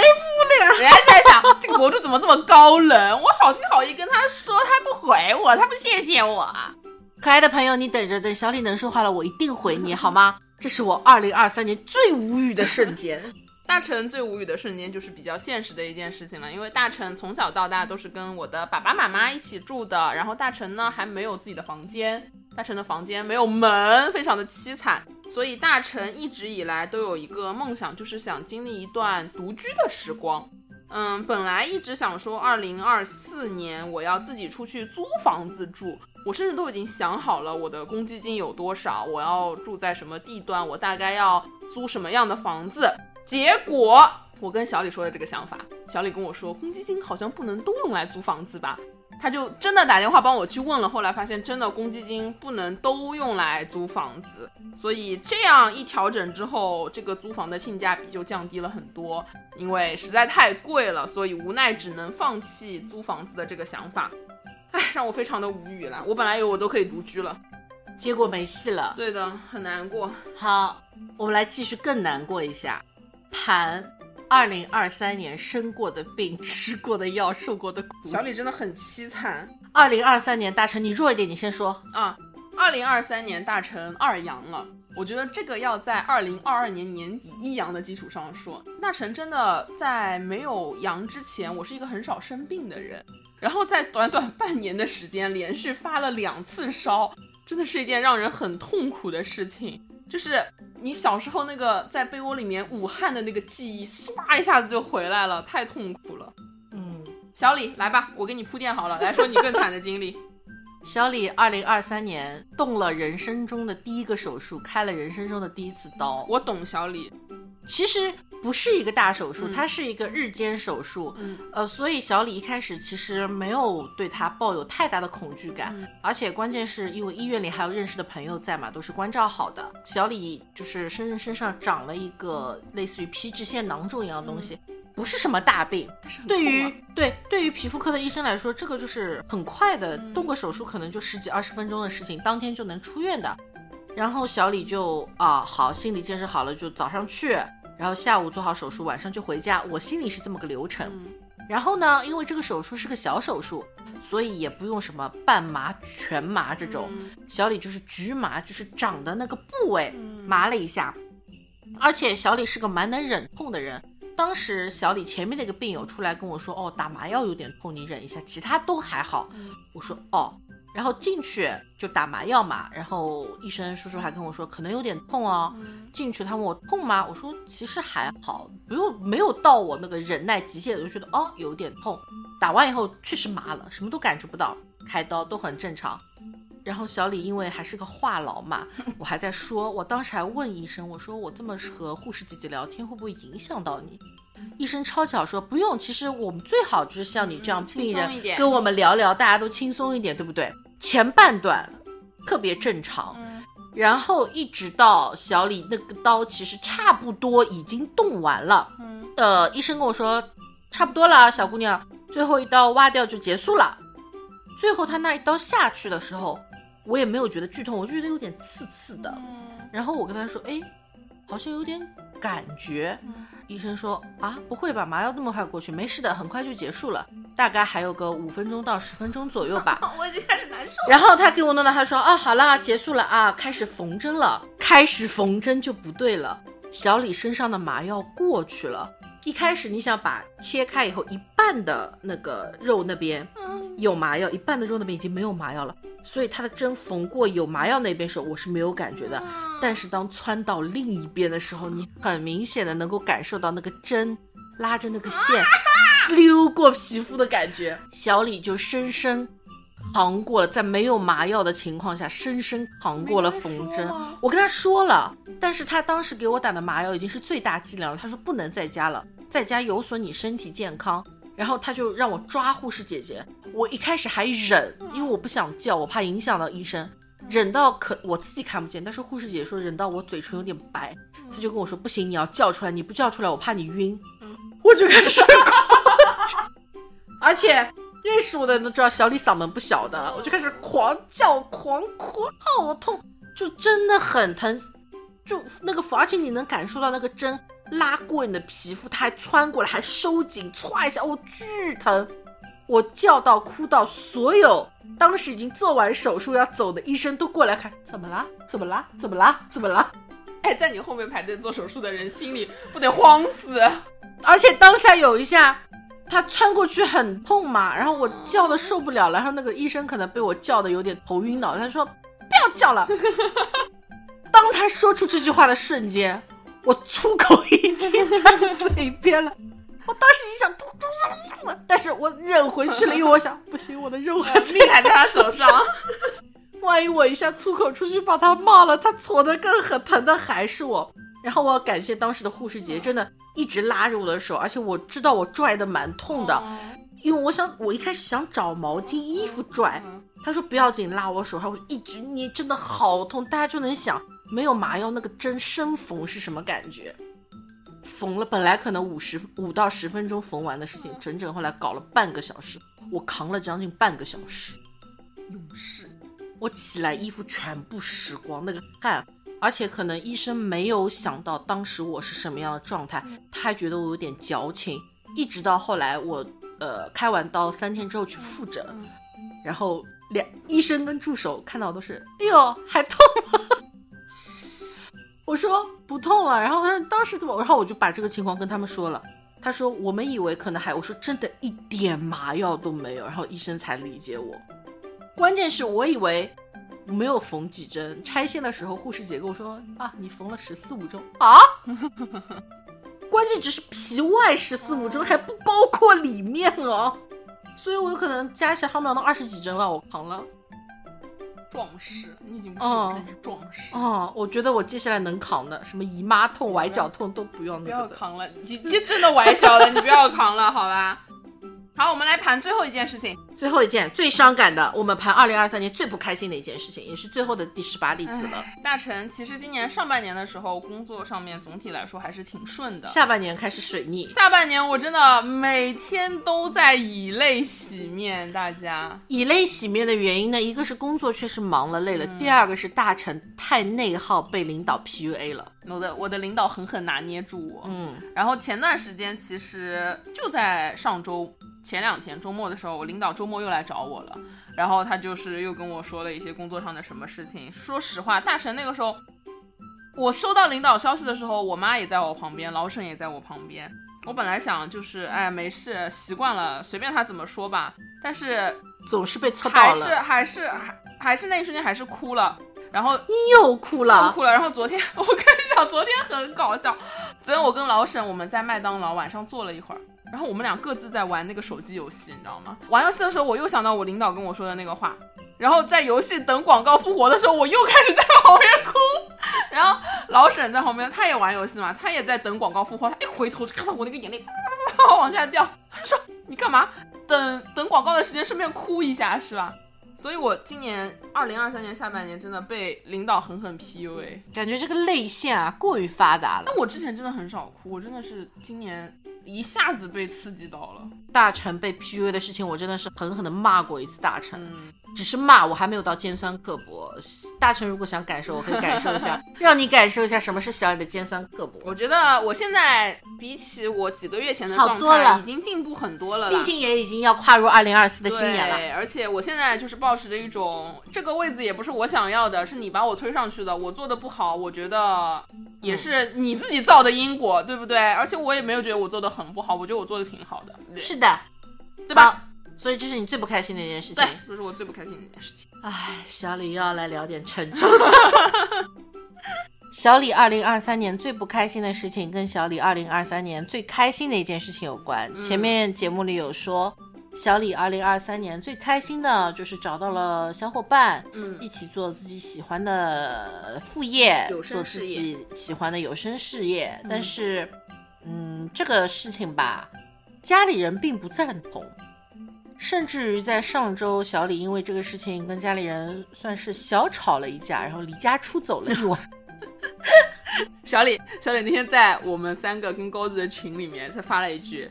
人家在想这个博主怎么这么高冷，我好心好意跟他说，他不回我，他不谢谢我。啊可爱的朋友，你等着，等小李能说话了，我一定回你，好吗？这是我二零二三年最无语的瞬间。 大成最无语的瞬间就是比较现实的一件事情了，因为大成从小到大都是跟我的爸爸妈妈一起住的，然后大成呢还没有自己的房间，大成的房间没有门，非常的凄惨，所以大成一直以来都有一个梦想，就是想经历一段独居的时光。嗯，本来一直想说，二零二四年我要自己出去租房子住，我甚至都已经想好了我的公积金有多少，我要住在什么地段，我大概要租什么样的房子。结果我跟小李说的这个想法，小李跟我说，公积金好像不能都用来租房子吧。他就真的打电话帮我去问了，后来发现真的公积金不能都用来租房子，所以这样一调整之后，这个租房的性价比就降低了很多，因为实在太贵了，所以无奈只能放弃租房子的这个想法。唉，哎让我非常的无语了。我本来以为我都可以独居了，结果没戏了。对的，很难 过。好，我们来继续更难过一下，盘二零二三年生过的病、吃过的药、受过的苦。小李真的很凄惨二零二三年，大成你弱一点，你先说。啊！二零二三年大成二阳了，我觉得这个要在二零二二年年底一阳的基础上说。大成真的在没有阳之前，我是一个很少生病的人，然后在短短半年的时间，连续发了两次烧，真的是一件让人很痛苦的事情。就是你小时候那个在被窝里面捂汗的那个记忆，唰一下子就回来了，太痛苦了。嗯，小李，来吧，我给你铺垫好了，来说你更惨的经历。小李二零二三年动了人生中的第一个手术，开了人生中的第一次刀。我懂小李，其实不是一个大手术，嗯它是一个日间手术。嗯呃，所以小李一开始其实没有对他抱有太大的恐惧感，嗯而且关键是因为医院里还有认识的朋友在嘛，都是关照好的。小李就是身身上长了一个类似于皮脂腺囊肿一样的东西，嗯不是什么大病。但是很对痛啊于对对于皮肤科的医生来说，这个就是很快的，嗯动个手术可能就十几二十分钟的事情，当天就能出院的。然后小李就啊好，心理建设好了，就早上去，然后下午做好手术，晚上就回家。我心里是这么个流程。嗯然后呢，因为这个手术是个小手术，所以也不用什么半麻、全麻这种，小李就是局麻，就是长的那个部位嗯麻了一下。而且小李是个蛮能忍痛的人，当时小李前面的一个病友出来跟我说，哦，打麻药有点痛，你忍一下，其他都还好。我说哦，然后进去就打麻药嘛，然后医生叔叔还跟我说可能有点痛哦。嗯进去他问我痛吗？我说其实还好，不用没有到我那个忍耐极限，我就觉得哦有点痛。打完以后确实麻了，什么都感觉不到，开刀都很正常。然后小李因为还是个话痨 嘛，我还在说，我当时还问医生，我说我这么和护士姐姐聊天会不会影响到你？医生超巧说不用，其实我们最好就是像你这样嗯轻病人松一点跟我们聊聊，大家都轻松一点，对不对？前半段特别正常，嗯然后一直到小李那个刀其实差不多已经动完了，嗯，呃，医生跟我说差不多了，小姑娘，最后一刀挖掉就结束了。最后他那一刀下去的时候，我也没有觉得剧痛，我就觉得有点刺刺的。嗯然后我跟他说，哎，好像有点感觉。嗯医生说啊，不会吧，麻药那么快过去，没事的，很快就结束了，大概还有个五分钟到十分钟左右吧。哦我已经开始难受然后他给我弄到，他说啊，好啦，结束了啊，开始缝针了，开始缝针就不对了。小李身上的麻药过去了，一开始你想把切开以后一半的那个肉那边嗯有麻药，一半的肉那边已经没有麻药了，所以他的针缝过有麻药那边的时候，我是没有感觉的。但是当窜到另一边的时候，你很明显的能够感受到那个针拉着那个线撕 溜过皮肤的感觉。小李就深深扛过了，在没有麻药的情况下，深深扛过了缝针。我跟他说了，但是他当时给我打的麻药已经是最大剂量了，他说不能再加了，再加有损你身体健康。然后他就让我抓护士姐姐，我一开始还忍，因为我不想叫，我怕影响到医生。忍到可我自己看不见，但是护士姐姐说忍到我嘴唇有点白，她就跟我说不行，你要叫出来，你不叫出来我怕你晕，我就开始狂叫，而且认识我的人都知道小李嗓门不小的，我就开始狂叫狂哭，好痛，就真的很疼，就那个缝，而且你能感受到那个针拉过你的皮肤，它还穿过来，还收紧，歘一下，哦，巨疼。我叫到哭到，所有当时已经做完手术要走的医生都过来看，怎么啦？怎么啦？怎么啦？怎么啦？哎，在你后面排队做手术的人心里不得慌死？啊而且当下有一下，他穿过去很痛嘛，然后我叫的受不了了，然后那个医生可能被我叫的有点头晕脑，他说不要叫了。 当他说出这句话的瞬间，我粗口已经在嘴边了。我当时就想吐吐什么什么，但是我忍回去了，因为我想不行，我的肉还在命还 在他手上，万一我一下粗口出去把他骂了，他搓的更狠，疼的还是我。然后我要感谢当时的护士姐，真的一直拉着我的手，而且我知道我拽的蛮痛的，因为我想我一开始想找毛巾、衣服拽，嗯他说不要紧，拉我手，还我一直捏，真的好痛。大家就能想，没有麻药那个针生缝是什么感觉？缝了本来可能五十五到十分钟缝完的事情，整整后来搞了半个小时，我扛了将近半个小时。勇士，我起来衣服全部湿光，那个汗，而且可能医生没有想到当时我是什么样的状态，他还觉得我有点矫情，一直到后来我呃开完刀三天之后去复诊，然后两医生跟助手看到我都是，哎呦还痛吗？ 我说不痛了，然后他说当时怎么，然后我就把这个情况跟他们说了。他说：“我们以为可能还……我说真的，一点麻药都没有。”然后医生才理解我。关键是我以为没有缝几针，拆线的时候护士姐跟我说啊，你缝了十四五针啊，关键只是皮外十四五针，还不包括里面哦，所以我有可能加起来夯不啷当二十几针了，我扛了。壮士，你已经不是勇士哦是壮士。哦，我觉得我接下来能扛的，什么姨妈痛、崴脚痛都不用嗯不那要个的。扛了，你这真的崴脚了，你不要扛了，好吧？好，我们来盘最后一件事情。最后一件最伤感的，我们盘二零二三年最不开心的一件事情，也是最后的第十八例子了。大成其实今年上半年的时候，工作上面总体来说还是挺顺的。下半年开始水逆，下半年我真的每天都在以泪洗面，大家。以泪洗面的原因呢，一个是工作确实忙了累嗯了，第二个是大臣太内耗，被领导 PUA 了。我的我的领导狠狠拿捏住我，嗯，然后前段时间其实就在上周前两天周末的时候，我领导周末又来找我了，然后他就是又跟我说了一些工作上的什么事情。说实话，大神那个时候，我收到领导消息的时候，我妈也在我旁边，老沈也在我旁边。我本来想就是哎没事，习惯了，随便他怎么说吧。但是总是被戳到还是了，还是还还是那一瞬间还是哭了，然后又哭痛了。哭了。然后昨天 我跟你讲，昨天很搞笑。昨天我跟老沈我们在麦当劳晚上坐了一会儿，然后我们俩各自在玩那个手机游戏，你知道吗？玩游戏的时候，我又想到我领导跟我说的那个话，然后在游戏等广告复活的时候，我又开始在旁边哭。然后老沈在旁边，他也玩游戏嘛，他也在等广告复活。他一回头就看到我那个眼泪啪啪啪啪往下掉，他说：“你干嘛？等等广告的时间顺便哭一下是吧？”所以，我今年二零二三年下半年真的被领导狠狠 PUA。感觉这个泪腺啊过于发达了。但我之前真的很少哭，我真的是今年一下子被刺激到了。大成被 PUA 的事情，我真的是狠狠的骂过一次大成，嗯，只是骂，我还没有到尖酸刻薄。大成如果想感受，我可以感受一 下，让你感受一下什么是小野的尖酸刻薄我。觉得我现在比起我几个月前的好状多态，了已经进步很多了啦。毕竟也已经要跨入二零二四的啊对，新年了，而且我现在就是抱持着一种，这个位子也不是我想要的，是你把我推上去的，我做的不好，我觉得也是你自己造的因果，对不对？而且我也没有觉得我做的很不好，我觉得我做的挺好的，对是的，对吧？好？所以这是你最不开心的一件事情对。，这是我最不开心的一件事情。唉，小李又要来聊点沉重的。小李二零二三年最不开心的事情，跟小李二零二三年最开心的一件事情有关。前面节目里有说，小李二零二三年最开心的就是找到了小伙伴，嗯一起做自己喜欢的副业，有声做事自业己喜欢的有声事业。但是，嗯，这个事情吧，家里人并不赞同，甚至于在上周，小李因为这个事情跟家里人算是小吵了一架，然后离家出走了一 晚。小李，小李那天在我们三个跟钩子的群里面，他发了一句，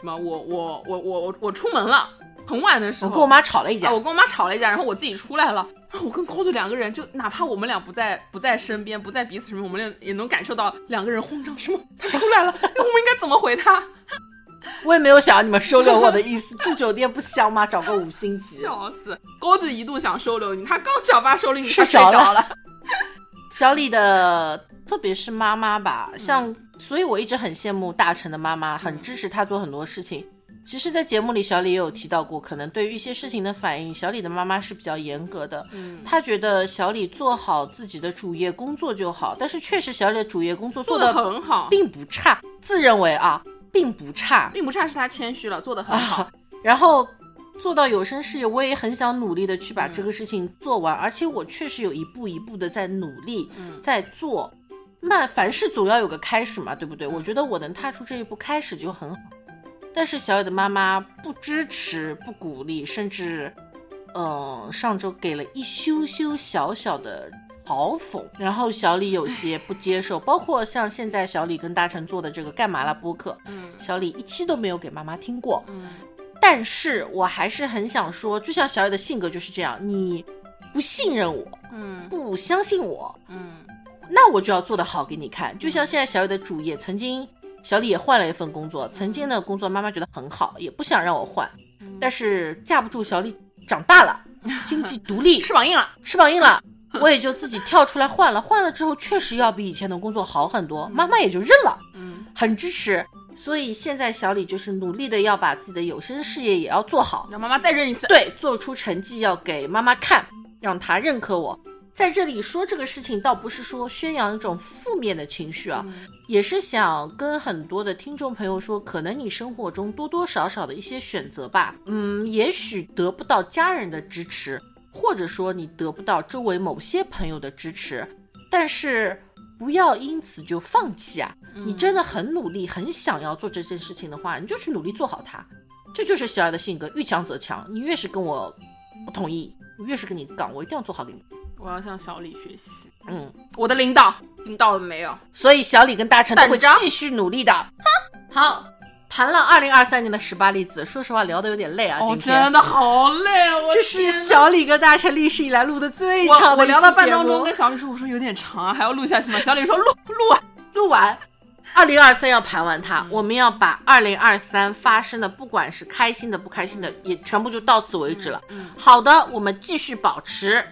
什么我我我我我我出门了，很晚的时我候，跟我妈吵了一架啊，我，跟我妈吵了一架，然后我自己出来了。然后我跟高子两个人，就哪怕我们俩不在不在身边，不在彼此身边，我们俩也能感受到两个人慌张。什么？他出来了，那我们应该怎么回他？我也没有想要你们收留我的意思。住酒店不香吗？找个五星级。笑死！高子一度想收留你，他刚想发收留你，他睡睡着着了。小李的，特别是妈妈吧，嗯像，所以我一直很羡慕大成的妈妈，很支持他做很多事情。其实，在节目里，小李也有提到过，可能对于一些事情的反应，小李的妈妈是比较严格的。嗯，她觉得小李做好自己的主业工作就好，但是确实小李的主业工作做做的的很好，并不差，自认为啊，并不差。并不差，是他谦虚了，做的很好。然后做到有声事业，我也很想努力的去把这个事情做完，而且我确实有一步一步的在努力，嗯在做。那凡事总要有个开始嘛，对不对？我觉得我能踏出这一步，开始就很好。但是小野的妈妈不支持、不鼓励，甚至，嗯、上周给了一羞羞小小的嘲讽，然后小李有些不接受，包括像现在小李跟大成做的这个干嘛啦播客，嗯小李一期都没有给妈妈听过，嗯但是我还是很想说，就像小野的性格就是这样，你不信任我，嗯不相信我，嗯那我就要做得好给你看。就像现在小野的主业，曾经小李也换了一份工作，曾经的工作妈妈觉得很好，也不想让我换，但是架不住小李长大了，经济独立，翅膀硬了。翅膀硬了。我也就自己跳出来换了，换了之后确实要比以前的工作好很多，妈妈也就认了。嗯很支持。所以现在小李就是努力的要把自己的有声事业也要做好，让妈妈再认一次。对，做出成绩要给妈妈看，让她认可我。在这里说这个事情，倒不是说宣扬一种负面的情绪啊，也是想跟很多的听众朋友说，可能你生活中多多少少的一些选择吧，嗯，也许得不到家人的支持，或者说你得不到周围某些朋友的支持，但是不要因此就放弃啊！你真的很努力，很想要做这件事情的话，你就去努力做好它。这就是小爱的性格，遇强则强。你越是跟我不同意，我越是跟你杠，我一定要做好给你。我要向小李学习。嗯，我的领导，领导了没有？所以小李跟大成都会等着继续努 力的。好，盘了二零二三年的十八粒子，说实话聊的有点累啊，哦，今天真。的好累，啊我 这天是哪小李跟大成历史以来录的最我长的我一期聊到半节当中目跟小李说，我说有点长啊，还要录下去吗？小李说录录啊。录完，二零二三要盘完嗯它，我们要把二零二三发生的，不管是开心的、不开心嗯的，也全部就到此为止了。好嗯的，我们继续保持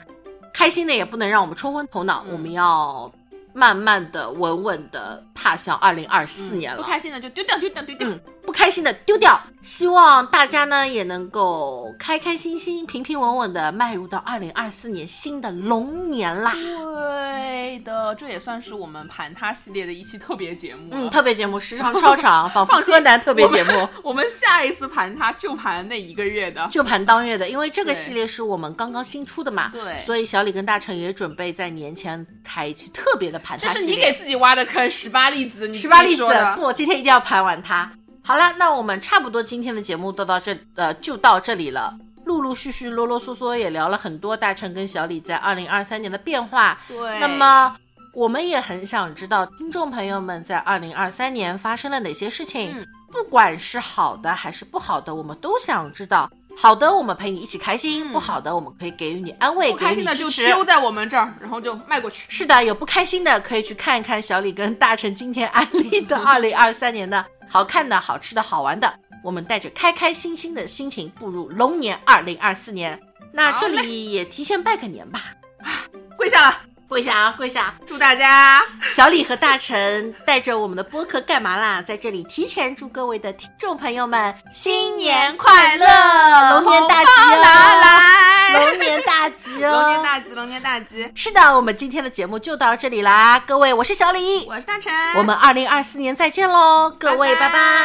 开心的，也不能让我们冲昏头脑，我们要慢慢的、稳稳的踏向二零二四年了。嗯不开心的就丢掉，丢掉，丢掉。嗯不开心的丢掉。希望大家呢也能够开开心心、平平稳稳的迈入到二零二四年新的龙年啦。对的，这也算是我们盘它系列的一期特别节目了。嗯，特别节目时长超 长，仿佛柯南特别节目。我们下一次盘它就盘那一个月的。就盘当月的，因为这个对系列是我们刚刚新出的嘛，对所以小李跟大成也准备在年前开一期特别的盘这它是系你列给自己挖的坑，十八粒子，你十八粒子说的，不，我今天一定要盘完它。好了，那我们差不多今天的节目都到这，呃，就到这里了。陆陆续续、啰啰嗦嗦也聊了很多大成跟小李在二零二三年的变化。对。那么，我们也很想知道听众朋友们在二零二三年发生了哪些事情，嗯不管是好的还是不好的，我们都想知道。好的，我们陪你一起开心；嗯不好的，我们可以给予你安慰，不开心的给予就你支持。丢在我们这儿，然后就迈过去。是的，有不开心的可以去看一看小李跟大成今天安利 的二零二三年的好看的、好吃的、好玩的。我们带着开开心心的心情步入龙年二零二四年。那好这嘞里也提前拜个年吧，跪下了，跪下啊，跪下！祝大家小李和大成带着我们的播客干嘛啦？在这里提前祝各位的听众朋友们新年快 乐，龙年大吉红包拿哦！来，龙年大吉哦！龙年大吉，龙年大吉。是的，我们今天的节目就到这里啦，各位，我是小李，我是大成，我们二零二四年再见喽，各位，拜拜拜